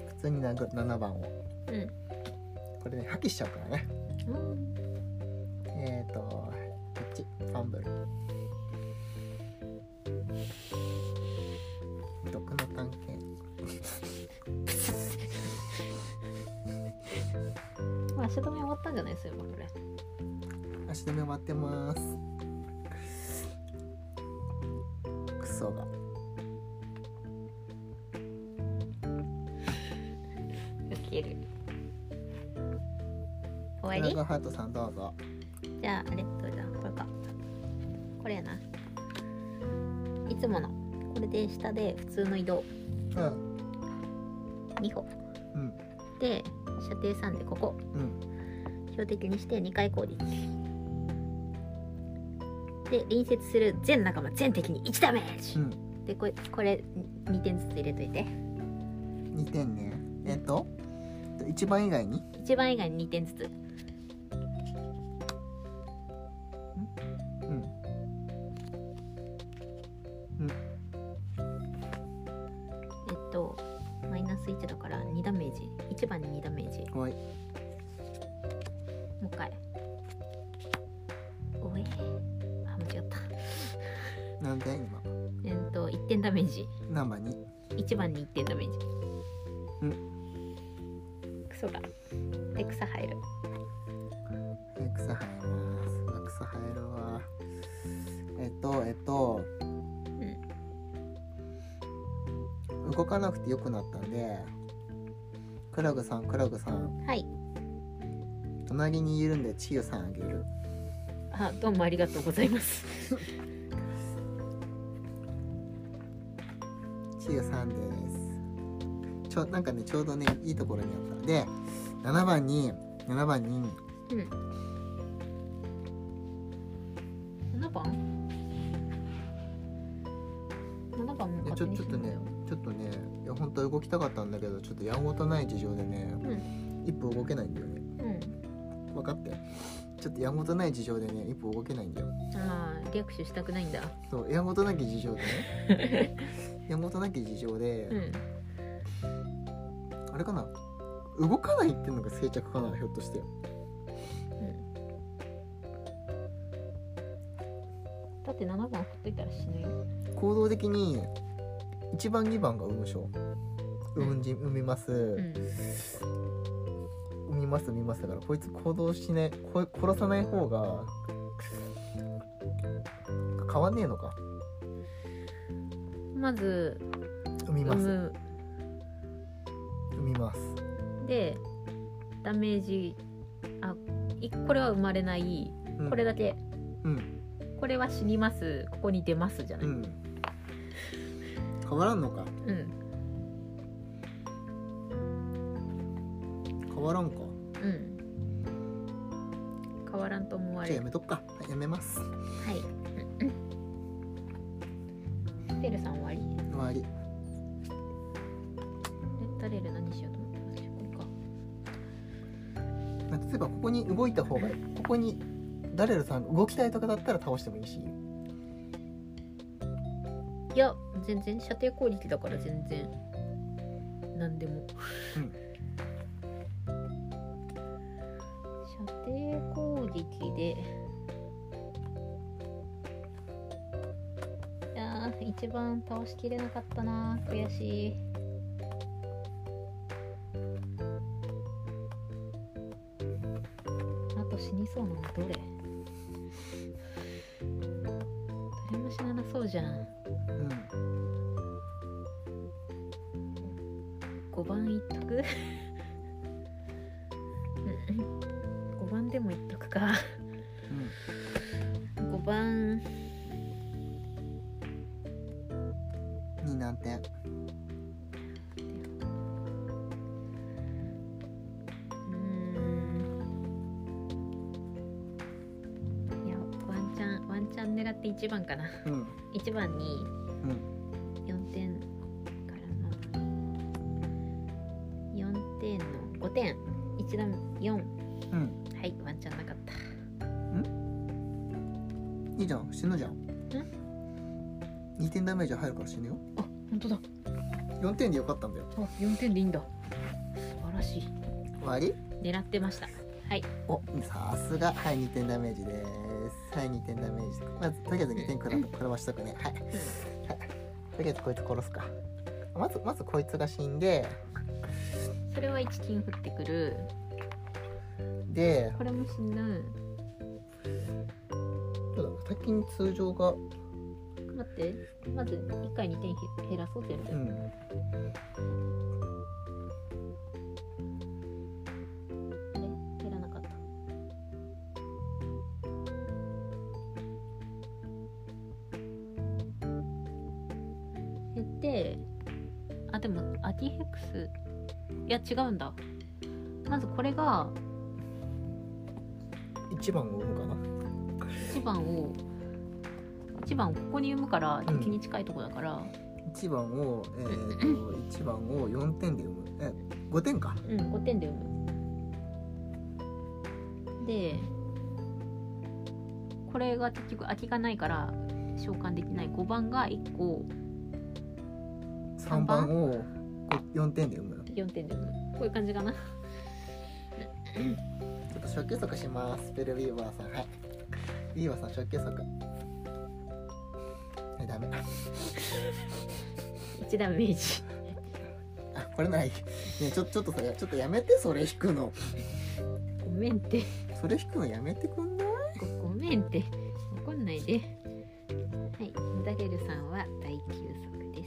[SPEAKER 1] 普通に殴る7番を
[SPEAKER 2] んうん
[SPEAKER 1] これね破棄しちゃうからね
[SPEAKER 2] うん
[SPEAKER 1] えーと、こっち、ファンブル。毒の探検。
[SPEAKER 2] まあ足止め終わったんじゃないですよこれ
[SPEAKER 1] 足止め待ってます。クソが。
[SPEAKER 2] 受ける
[SPEAKER 1] ド
[SPEAKER 2] 終わ
[SPEAKER 1] ラ
[SPEAKER 2] り
[SPEAKER 1] ゴンハートさんどうぞ。
[SPEAKER 2] じゃああれどれだこれかこれやないつものこれで下で普通の移動
[SPEAKER 1] うん、
[SPEAKER 2] 2歩
[SPEAKER 1] うん、
[SPEAKER 2] で射程3でここ
[SPEAKER 1] うん、
[SPEAKER 2] 標的にして2回攻撃で隣接する全仲間全敵に1ダメー
[SPEAKER 1] う
[SPEAKER 2] ジ、
[SPEAKER 1] ん。
[SPEAKER 2] でこれこれ2点ずつ入れといて
[SPEAKER 1] 2点ね。えっ、と、一番以外に
[SPEAKER 2] 1番以外に2点ずつ
[SPEAKER 1] うん。
[SPEAKER 2] えっとマイナス1だから2ダメージ1番に2ダメージ
[SPEAKER 1] はい。
[SPEAKER 2] もう一回おえあ間違った
[SPEAKER 1] なんで今。
[SPEAKER 2] えっと1点ダメージ
[SPEAKER 1] 何番に
[SPEAKER 2] 1番に1点ダメージ
[SPEAKER 1] う
[SPEAKER 2] クソがで草入る
[SPEAKER 1] え草生えます。うわ草生えるわ。えっと、えっと。動かなくてよくなったんで。クラグさん、クラグさん、
[SPEAKER 2] はい
[SPEAKER 1] 隣にいるんで、チヨさんあげる。
[SPEAKER 2] あどうもありがとうございます
[SPEAKER 1] チヨさんです。ちょ、なんかね、ちょうどね、いいところにあった。で、7番に、7番に、
[SPEAKER 2] うん7番7番も
[SPEAKER 1] いやち
[SPEAKER 2] 勝
[SPEAKER 1] ょ
[SPEAKER 2] 手に
[SPEAKER 1] ちょっ
[SPEAKER 2] して
[SPEAKER 1] とねちょっとねいや本当は動きたかったんだけどちょっとやんごとない事情でね、一歩動けないんだよね
[SPEAKER 2] うん
[SPEAKER 1] 分かってちょっとやんごとない事情でね一歩動けないんだよ
[SPEAKER 2] ああ略取したくないんだ
[SPEAKER 1] そうやんごとなき事情でね
[SPEAKER 2] [laughs]
[SPEAKER 1] やんごとなき事情で、
[SPEAKER 2] うん
[SPEAKER 1] あれかな動かないっていうのが静着かなひょっとして
[SPEAKER 2] うんだって7番振っといたら死ぬよ
[SPEAKER 1] 行動的に1番2番が産むしょ産んじ産みます、
[SPEAKER 2] うん
[SPEAKER 1] 産みます産みますだからこいつ行動しないこ殺さない方が変わんねえのか
[SPEAKER 2] まず
[SPEAKER 1] 産み
[SPEAKER 2] 産
[SPEAKER 1] ます
[SPEAKER 2] む
[SPEAKER 1] 産みます
[SPEAKER 2] でダメージあいこれは生まれない
[SPEAKER 1] うん
[SPEAKER 2] これだけ
[SPEAKER 1] うん
[SPEAKER 2] これは死にますここに出ますじゃな
[SPEAKER 1] う
[SPEAKER 2] い、
[SPEAKER 1] ん変わらんのか
[SPEAKER 2] うん
[SPEAKER 1] 変わらんか
[SPEAKER 2] うん変わらんと思わ
[SPEAKER 1] じゃあ
[SPEAKER 2] れ
[SPEAKER 1] や
[SPEAKER 2] る
[SPEAKER 1] めとくかはいやめます
[SPEAKER 2] はいうんうんテルさん終わり
[SPEAKER 1] 終わり
[SPEAKER 2] レッタレール何しようと思ってますこれか
[SPEAKER 1] まあ例えばここに動いた方がいいここにダレルさん動きたいとかだったら倒してもいいし
[SPEAKER 2] いや全然射程攻撃だから全然何でも、
[SPEAKER 1] うん
[SPEAKER 2] 射程攻撃でいやー一番倒しきれなかったな悔しいあと死にそうなのどれどれも死ななそうじゃん
[SPEAKER 1] うん
[SPEAKER 2] 5番いっとく5番でもいっとくか5番
[SPEAKER 1] うんに何点
[SPEAKER 2] うーんいやワンチャンワンチャン狙って1番かな
[SPEAKER 1] うん
[SPEAKER 2] 1番に
[SPEAKER 1] うん
[SPEAKER 2] 4点からの4点の5点1段4
[SPEAKER 1] うん
[SPEAKER 2] はいワンチャンなかった
[SPEAKER 1] いいじゃん死ぬじゃん2点ダメージ入るから死ぬよ
[SPEAKER 2] あ本当だ
[SPEAKER 1] 4点でよかったんだよ
[SPEAKER 2] あ4点でいいんだ素晴らしい
[SPEAKER 1] 終わり
[SPEAKER 2] 狙ってましたはい
[SPEAKER 1] おさすがはい2点ダメージですはい2点ダメージまずとりあえず2点くらこれはしとくねはい、はい、とりあえずこいつ殺すかまずまずこいつが死んで
[SPEAKER 2] それは1金降ってくる
[SPEAKER 1] で
[SPEAKER 2] これも死ぬ
[SPEAKER 1] どうだろう先に通常が
[SPEAKER 2] 待ってまず1回2点へ減らそうってやる
[SPEAKER 1] うん
[SPEAKER 2] 減らなかった減ってあでもアティヘックスいや違うんだまずこれが
[SPEAKER 1] 1番を生むかな
[SPEAKER 2] 1番を1番をここに産むから敵に近いとこだから
[SPEAKER 1] 1番をえー、と1番を4点で生むえ5点か
[SPEAKER 2] うん5点で産むでこれが結局空きがないから召喚できない5番が1個
[SPEAKER 1] 3番を4点で生む
[SPEAKER 2] 4点で産むこういう感じかな [laughs]
[SPEAKER 1] ちょっと初級速します。スペルウィーバーさん。はい。ウィーバーさん、初級速。え、ダメ。
[SPEAKER 2] 1ダメージ
[SPEAKER 1] あ、これならいい。ね、ちょ、ちょっとさ、ちょっとやめて、それ引くの。
[SPEAKER 2] ごめんって
[SPEAKER 1] それ引くのやめてくんない
[SPEAKER 2] ごごめんって怒んないではいダレルさんは第9速で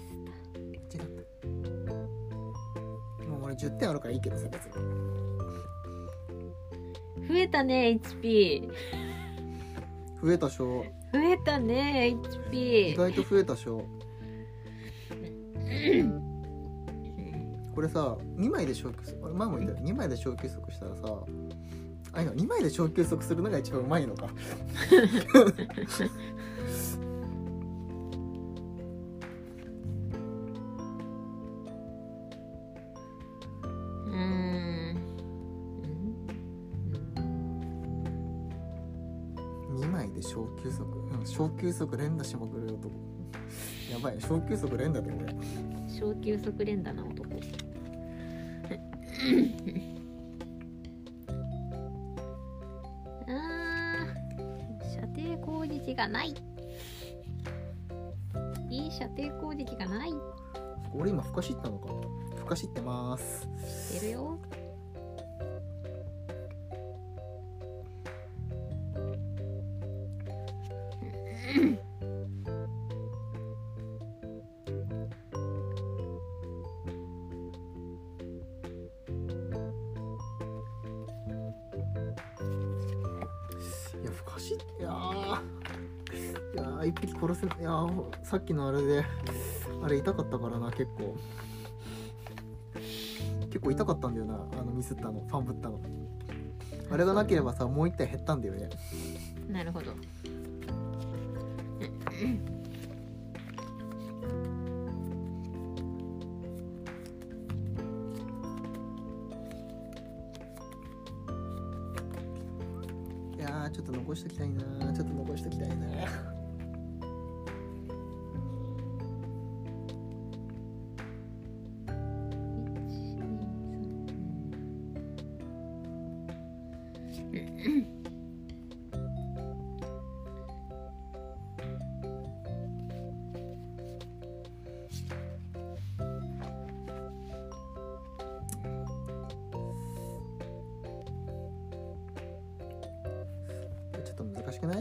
[SPEAKER 2] す
[SPEAKER 1] 違った。もう俺10点あるからいいけどさ、別に。
[SPEAKER 2] と増えたね HP
[SPEAKER 1] 増えた賞。
[SPEAKER 2] 増えたね
[SPEAKER 1] 意
[SPEAKER 2] HP
[SPEAKER 1] 外と増えた賞。これさ、2枚で昇級する。俺前も言ったよ。2枚で昇級速したらさ、あ、今2枚で昇級速するのが一番うまいのか。
[SPEAKER 2] うーんうん
[SPEAKER 1] 2枚で小球速、うん、小球速連打してもくる男やばい小球速連打でこれ
[SPEAKER 2] 小級速連打な男あー射程攻撃がないいい射程攻撃がない
[SPEAKER 1] 俺今ふかしったのかふかしってます
[SPEAKER 2] 出るよ
[SPEAKER 1] いやふかしっていやーあ一匹殺せないいやーさっきのあれであれ痛かったからな結構結構痛かったんだよなあのミスったのファンぶったのあれがなければさもう一体減ったんだよね
[SPEAKER 2] なるほど
[SPEAKER 1] いやーちょっと残しときたいなーちょっと残しときたいなーちょっと難しくない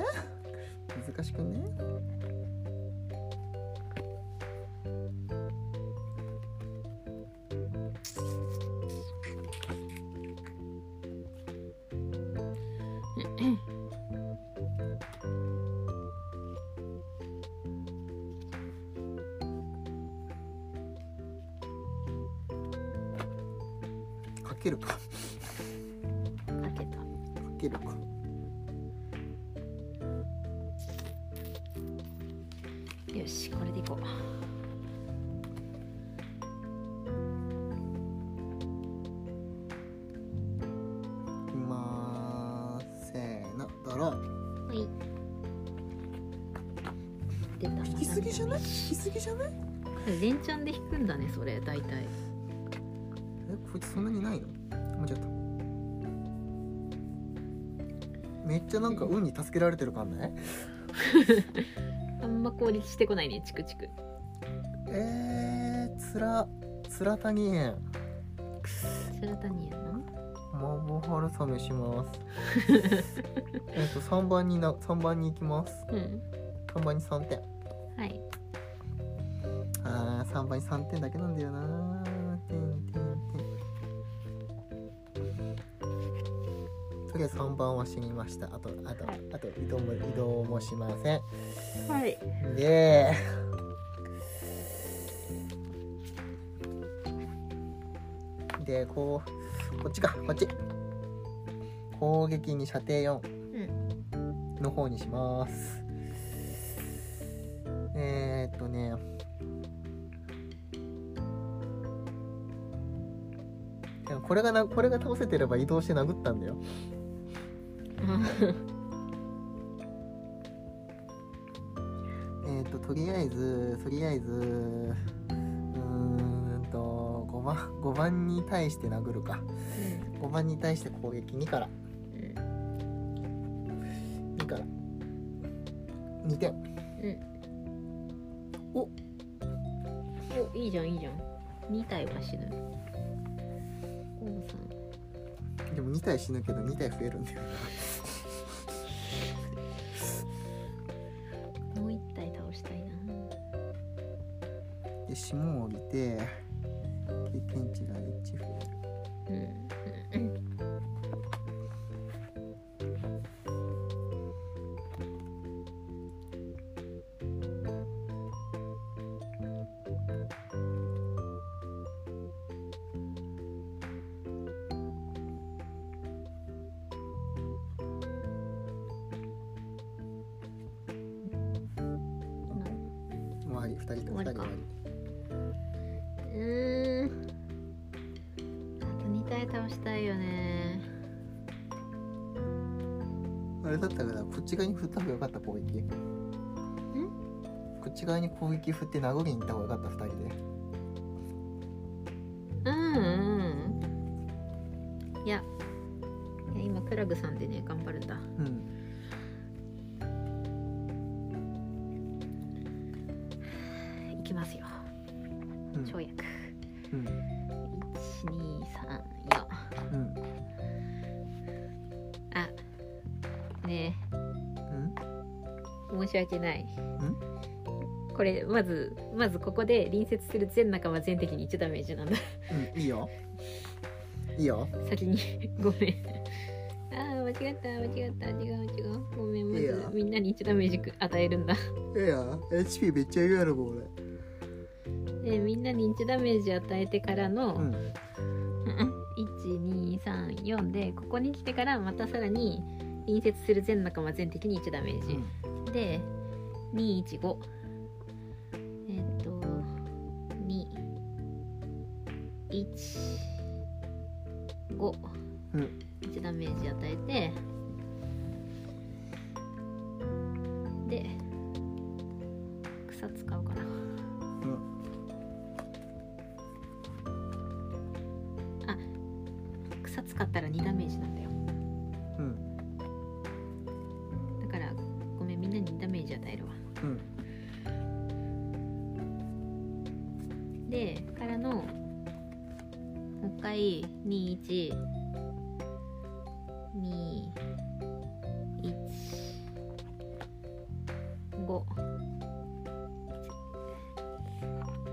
[SPEAKER 1] 難しくねかけるかか
[SPEAKER 2] かけた
[SPEAKER 1] けるか
[SPEAKER 2] よしこれでいこう
[SPEAKER 1] いきまーすせーのドロー
[SPEAKER 2] はい出た
[SPEAKER 1] 引きすぎじゃない引きすぎじゃない
[SPEAKER 2] 連チャンで引くんだねそれ大体
[SPEAKER 1] えこいつそんなにないの間違っためっちゃなんか運に助けられてる感ね
[SPEAKER 2] あんま効率してこないねチクチク
[SPEAKER 1] えー、つらつらたにえ
[SPEAKER 2] それ谷やな
[SPEAKER 1] 麻婆春雨し [laughs] ますえっと3番にな三番に行きます
[SPEAKER 2] うん
[SPEAKER 1] 3番に3点
[SPEAKER 2] はい
[SPEAKER 1] あー3番に3点だけなんだよなてんてんてんとりあえず3番は死にましたあとあとあと移動も移動もしません
[SPEAKER 2] はい
[SPEAKER 1] ででこうこっちかこっち攻撃に射程4の方にします、えー、っとねでもこれがなこれが倒せてれば移動して殴ったんだよえー、ととりあえずとりあえずうーんと5番5番に対して殴るか5番に対して攻撃2から2から2点
[SPEAKER 2] おいいじゃんいいじゃん2体は死ぬおうさん
[SPEAKER 1] でも2体死ぬけど2体増えるんだよ
[SPEAKER 2] もう一体倒したいな。
[SPEAKER 1] で霜を降りて経験値が1増える
[SPEAKER 2] うん。
[SPEAKER 1] 終わり2人
[SPEAKER 2] 終
[SPEAKER 1] と2
[SPEAKER 2] わ
[SPEAKER 1] 人
[SPEAKER 2] り
[SPEAKER 1] 終
[SPEAKER 2] か
[SPEAKER 1] わ
[SPEAKER 2] うーん。あと2体倒したいよね。
[SPEAKER 1] りあれだったからこっち側に振った方がよかった攻撃こっち側に攻撃振って殴りに行った方がよかった2人で
[SPEAKER 2] うんうん。いや。いや今クラグさんでね頑張るんだ。
[SPEAKER 1] うん
[SPEAKER 2] いきますよ。
[SPEAKER 1] うん
[SPEAKER 2] 跳躍。
[SPEAKER 1] うん
[SPEAKER 2] 一二三四。
[SPEAKER 1] うん
[SPEAKER 2] あ。ね
[SPEAKER 1] うん
[SPEAKER 2] え申し訳ない。これまずまずここで隣接する全仲間全敵に1ダメージなんだ。 [laughs]
[SPEAKER 1] うん、いいよ。いいよ。
[SPEAKER 2] 先にごめんあー間違った間違った違う違うごめんま
[SPEAKER 1] いいよ
[SPEAKER 2] ずみんなに1ダメージ与えるんだ、
[SPEAKER 1] いや HP めっちゃいるやろこれ
[SPEAKER 2] でみんなに1ダメージ与えてからの、
[SPEAKER 1] うん
[SPEAKER 2] 1234でここに来てからまたさらに隣接する全仲間全敵に1ダメージ、で215えっ、と215、
[SPEAKER 1] うん
[SPEAKER 2] 1ダメージ与えてで草使うかなあ草使ったら2ダメージなんだよ
[SPEAKER 1] うん
[SPEAKER 2] だからごめんみんなにダメージ与えるわ
[SPEAKER 1] うん
[SPEAKER 2] でからのもう一回2121五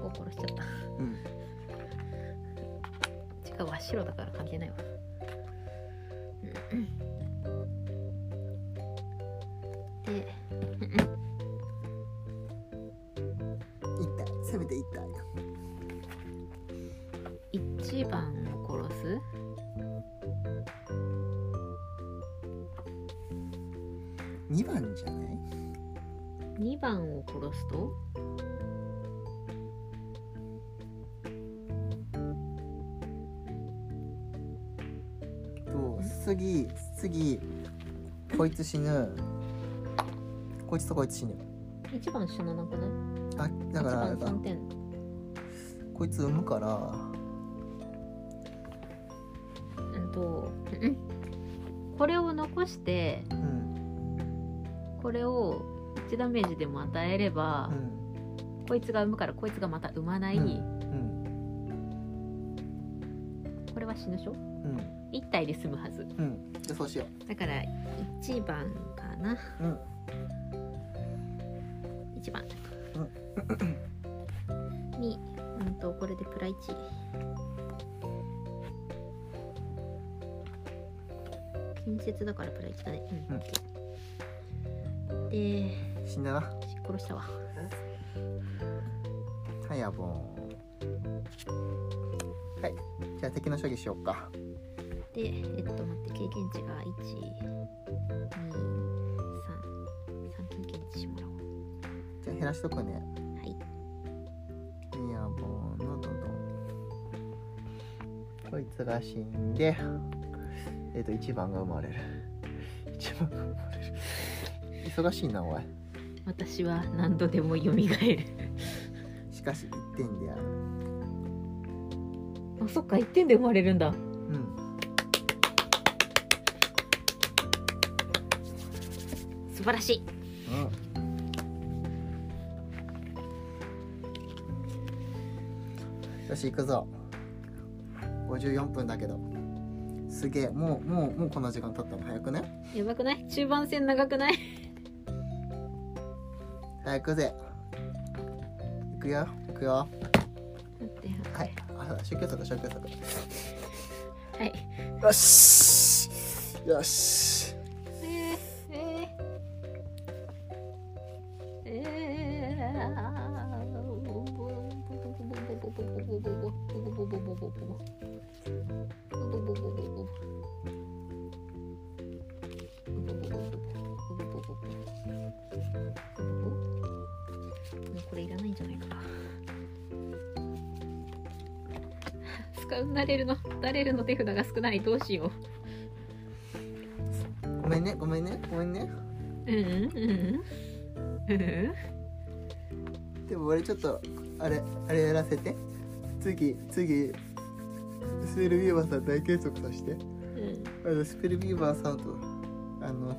[SPEAKER 2] 五殺しちゃった
[SPEAKER 1] うん
[SPEAKER 2] しかも白だから関係ないわうんで
[SPEAKER 1] 一体せめて一体
[SPEAKER 2] 1番を殺す
[SPEAKER 1] 二番じゃない
[SPEAKER 2] 2番を殺すと
[SPEAKER 1] と次次こいつ死ぬこいつとこいつ死ぬ
[SPEAKER 2] 1番死ななくない
[SPEAKER 1] あだから
[SPEAKER 2] 1番3点
[SPEAKER 1] こいつ産むから
[SPEAKER 2] うんとうんこれを残して
[SPEAKER 1] うん
[SPEAKER 2] これを1ダメージでも与えれば
[SPEAKER 1] う、ん
[SPEAKER 2] こいつが産むからこいつがまた産まない、
[SPEAKER 1] うんうん
[SPEAKER 2] これは死ぬでしょ
[SPEAKER 1] うん
[SPEAKER 2] 1体で済むはず
[SPEAKER 1] うんじゃあそうしよ
[SPEAKER 2] だから1番かな
[SPEAKER 1] ううん
[SPEAKER 2] 1番 [clears throat] にうんとこれでプラ1近接だからプラ1だねうん、
[SPEAKER 1] うん
[SPEAKER 2] OK で
[SPEAKER 1] 死んだな
[SPEAKER 2] 殺したわ
[SPEAKER 1] はいやぼんはいじゃあ敵の処理しようか
[SPEAKER 2] でえっと待って経験値が1233経験値してもらおう
[SPEAKER 1] じゃあ減らしとくね
[SPEAKER 2] はい
[SPEAKER 1] いやぼんのどどこいつが死んでえっ、と1番が生まれる1番が生まれる忙しいなおい
[SPEAKER 2] 私は何度でも蘇る
[SPEAKER 1] しかし1点である
[SPEAKER 2] [laughs] あそっか1点で生まれるんだ
[SPEAKER 1] うん
[SPEAKER 2] 素晴らしい
[SPEAKER 1] うんよし行くぞ54分だけどすげえもうもうもうこんな時間経ったの早くね
[SPEAKER 2] やばくない中盤戦長くない
[SPEAKER 1] 早くぜ行くよ行くよ
[SPEAKER 2] 待って
[SPEAKER 1] は
[SPEAKER 2] はいい、
[SPEAKER 1] あそうだ宗教策宗教策
[SPEAKER 2] はい、
[SPEAKER 1] よしよし
[SPEAKER 2] えー、えー、えーあーこれいらないんじゃないかな使うなれるのなれるの手札が少ないどうしよう
[SPEAKER 1] ごめんねごめんねごめんね
[SPEAKER 2] うんうんうんうん
[SPEAKER 1] でも俺ちょっとあれあれやらせて次次スペルビーバーさん大計測させて
[SPEAKER 2] うん
[SPEAKER 1] あのスペルビーバーさんとあの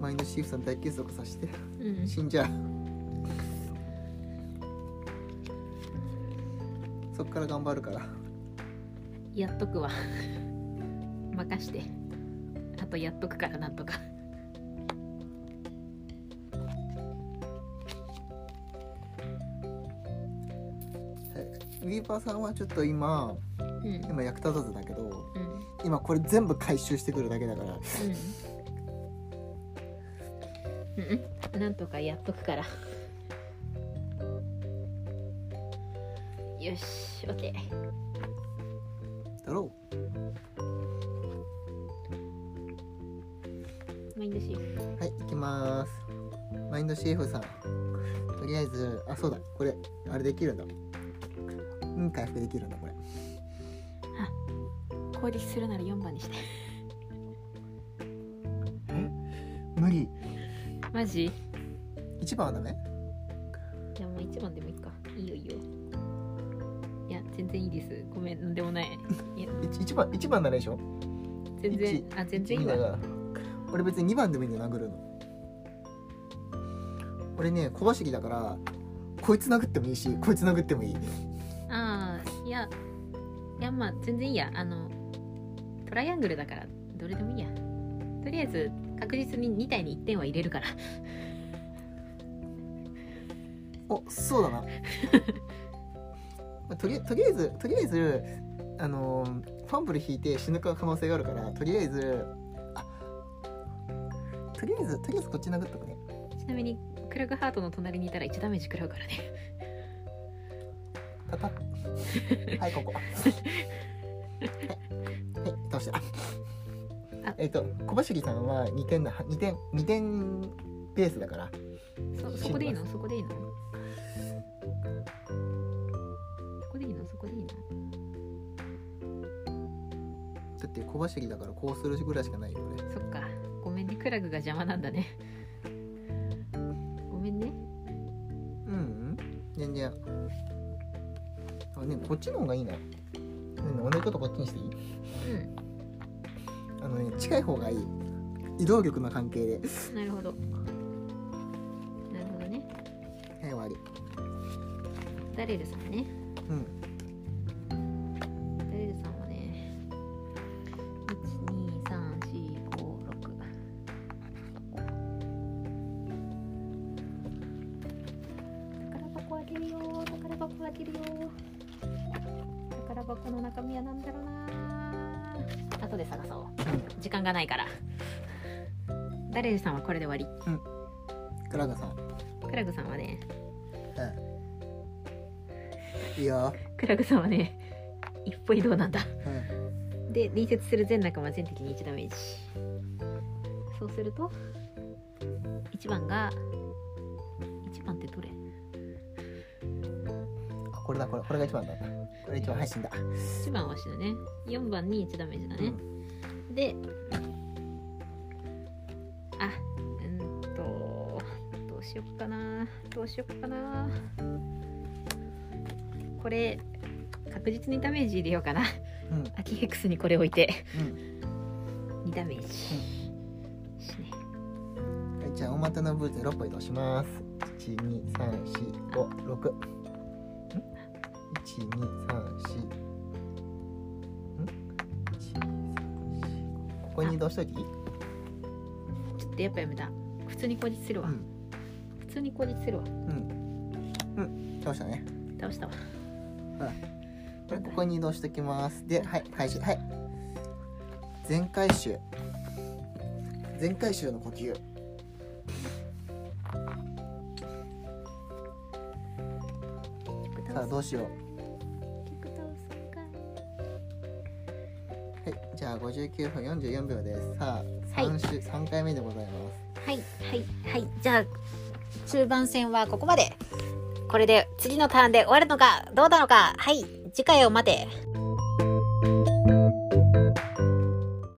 [SPEAKER 1] マインドシーフさん大計測させて
[SPEAKER 2] うん
[SPEAKER 1] 死んじゃうそっから頑張るから
[SPEAKER 2] やっとくわ [laughs] 任してあとやっとくからなんとか
[SPEAKER 1] ビーバーさんはちょっと今
[SPEAKER 2] うん
[SPEAKER 1] 今役立たずだけど
[SPEAKER 2] うん
[SPEAKER 1] 今これ全部回収してくるだけだから
[SPEAKER 2] うんうんうんなんとかやっとくからよし OK
[SPEAKER 1] だろ
[SPEAKER 2] マインドシーフ
[SPEAKER 1] うはい行きますマインドシーフさんとりあえずあそうだこれあれできるんだうん回復できるんだこれ
[SPEAKER 2] 攻撃するなら4番にして
[SPEAKER 1] 無理
[SPEAKER 2] マジ
[SPEAKER 1] 1番はダメ
[SPEAKER 2] じゃあもう1番でもいいかいいよいいよいや全然いいですごめんなんでもないいや
[SPEAKER 1] 1, 番一番ならいいでしょ
[SPEAKER 2] 全然あ全然いい
[SPEAKER 1] だか
[SPEAKER 2] わ
[SPEAKER 1] ら俺別に2番でもいいんだよ殴るの俺ね小走りだからこいつ殴ってもいいしこいつ殴ってもいい
[SPEAKER 2] ああいやいやまあ全然いいやあのトライアングルだからどれでもいいやとりあえず確実に2体に1点は入れるから [laughs]
[SPEAKER 1] おそうだな、ま [laughs] あとりとりあえずとりあえずあのーファンブル引いて死ぬ可能性があるからとりあえずあとりあえずとりあえずこっち殴っとくね
[SPEAKER 2] ちなみにクラグハートの隣にいたら1ダメージ食らうからね
[SPEAKER 1] パパッはいここはい、はい、倒した
[SPEAKER 2] あ
[SPEAKER 1] えっ、と小走りさんは2点な2点2点ベースだから
[SPEAKER 2] そそこでいいのそこでいいのそこでいいのそこでいいの
[SPEAKER 1] だって小走りだからこうするぐらいしかないよね
[SPEAKER 2] そっかごめんねクラグが邪魔なんだねごめんね
[SPEAKER 1] うんうん全然あねこっちの方がいいな、ね、同じことこっちにしていい
[SPEAKER 2] うん
[SPEAKER 1] あのね近い方がいい移動力の関係で
[SPEAKER 2] なるほどなるほどね
[SPEAKER 1] はい終わり
[SPEAKER 2] ダレルさんね
[SPEAKER 1] うん
[SPEAKER 2] ダレルさんはね1234567宝箱開けるよ宝箱開けるよ宝箱の中身は何だろうな後で探そう時間がないからダレルさんはこれで終わ
[SPEAKER 1] クラガさん
[SPEAKER 2] りクラグさんはね
[SPEAKER 1] うんいいよ、
[SPEAKER 2] クラグさんはね一歩移動なんだ
[SPEAKER 1] うん、
[SPEAKER 2] で隣接する全仲間全敵に1ダメージそうすると1番が1番ってどれ
[SPEAKER 1] あこれだこれこれが一番だこれ一番配信だ、
[SPEAKER 2] 1番は死ぬね4番に1ダメージだ
[SPEAKER 1] う
[SPEAKER 2] ね、
[SPEAKER 1] ん、
[SPEAKER 2] であうんとどうしよっかなどうしよっかなこれ確実にダメージ入れようかな
[SPEAKER 1] うん
[SPEAKER 2] アキヘクスにこれ置いて
[SPEAKER 1] うん
[SPEAKER 2] 2ダメージ、死ね
[SPEAKER 1] はいじゃあおまたのブーツ6歩移動します1 2 3 4 5 6ん1 2 3 4ん1 2 3 4ここに移動しといていい
[SPEAKER 2] ちょっとやっぱやめた。普通に攻撃するわ。
[SPEAKER 1] うん
[SPEAKER 2] 普通に攻撃するわ。
[SPEAKER 1] うんうん倒したね
[SPEAKER 2] 倒したわ。
[SPEAKER 1] これここに移動しておきますではい開始はい全回収全回収の呼吸さあどうしよう
[SPEAKER 3] 菊田さんか
[SPEAKER 1] はい、じゃあ59分44秒です。さあ、
[SPEAKER 2] はい
[SPEAKER 1] 三週、三回目でございます。
[SPEAKER 2] はいはいはい。じゃあ中盤戦はここまで。これで次のターンで終わるのかどうなのか。はい。次回を待て。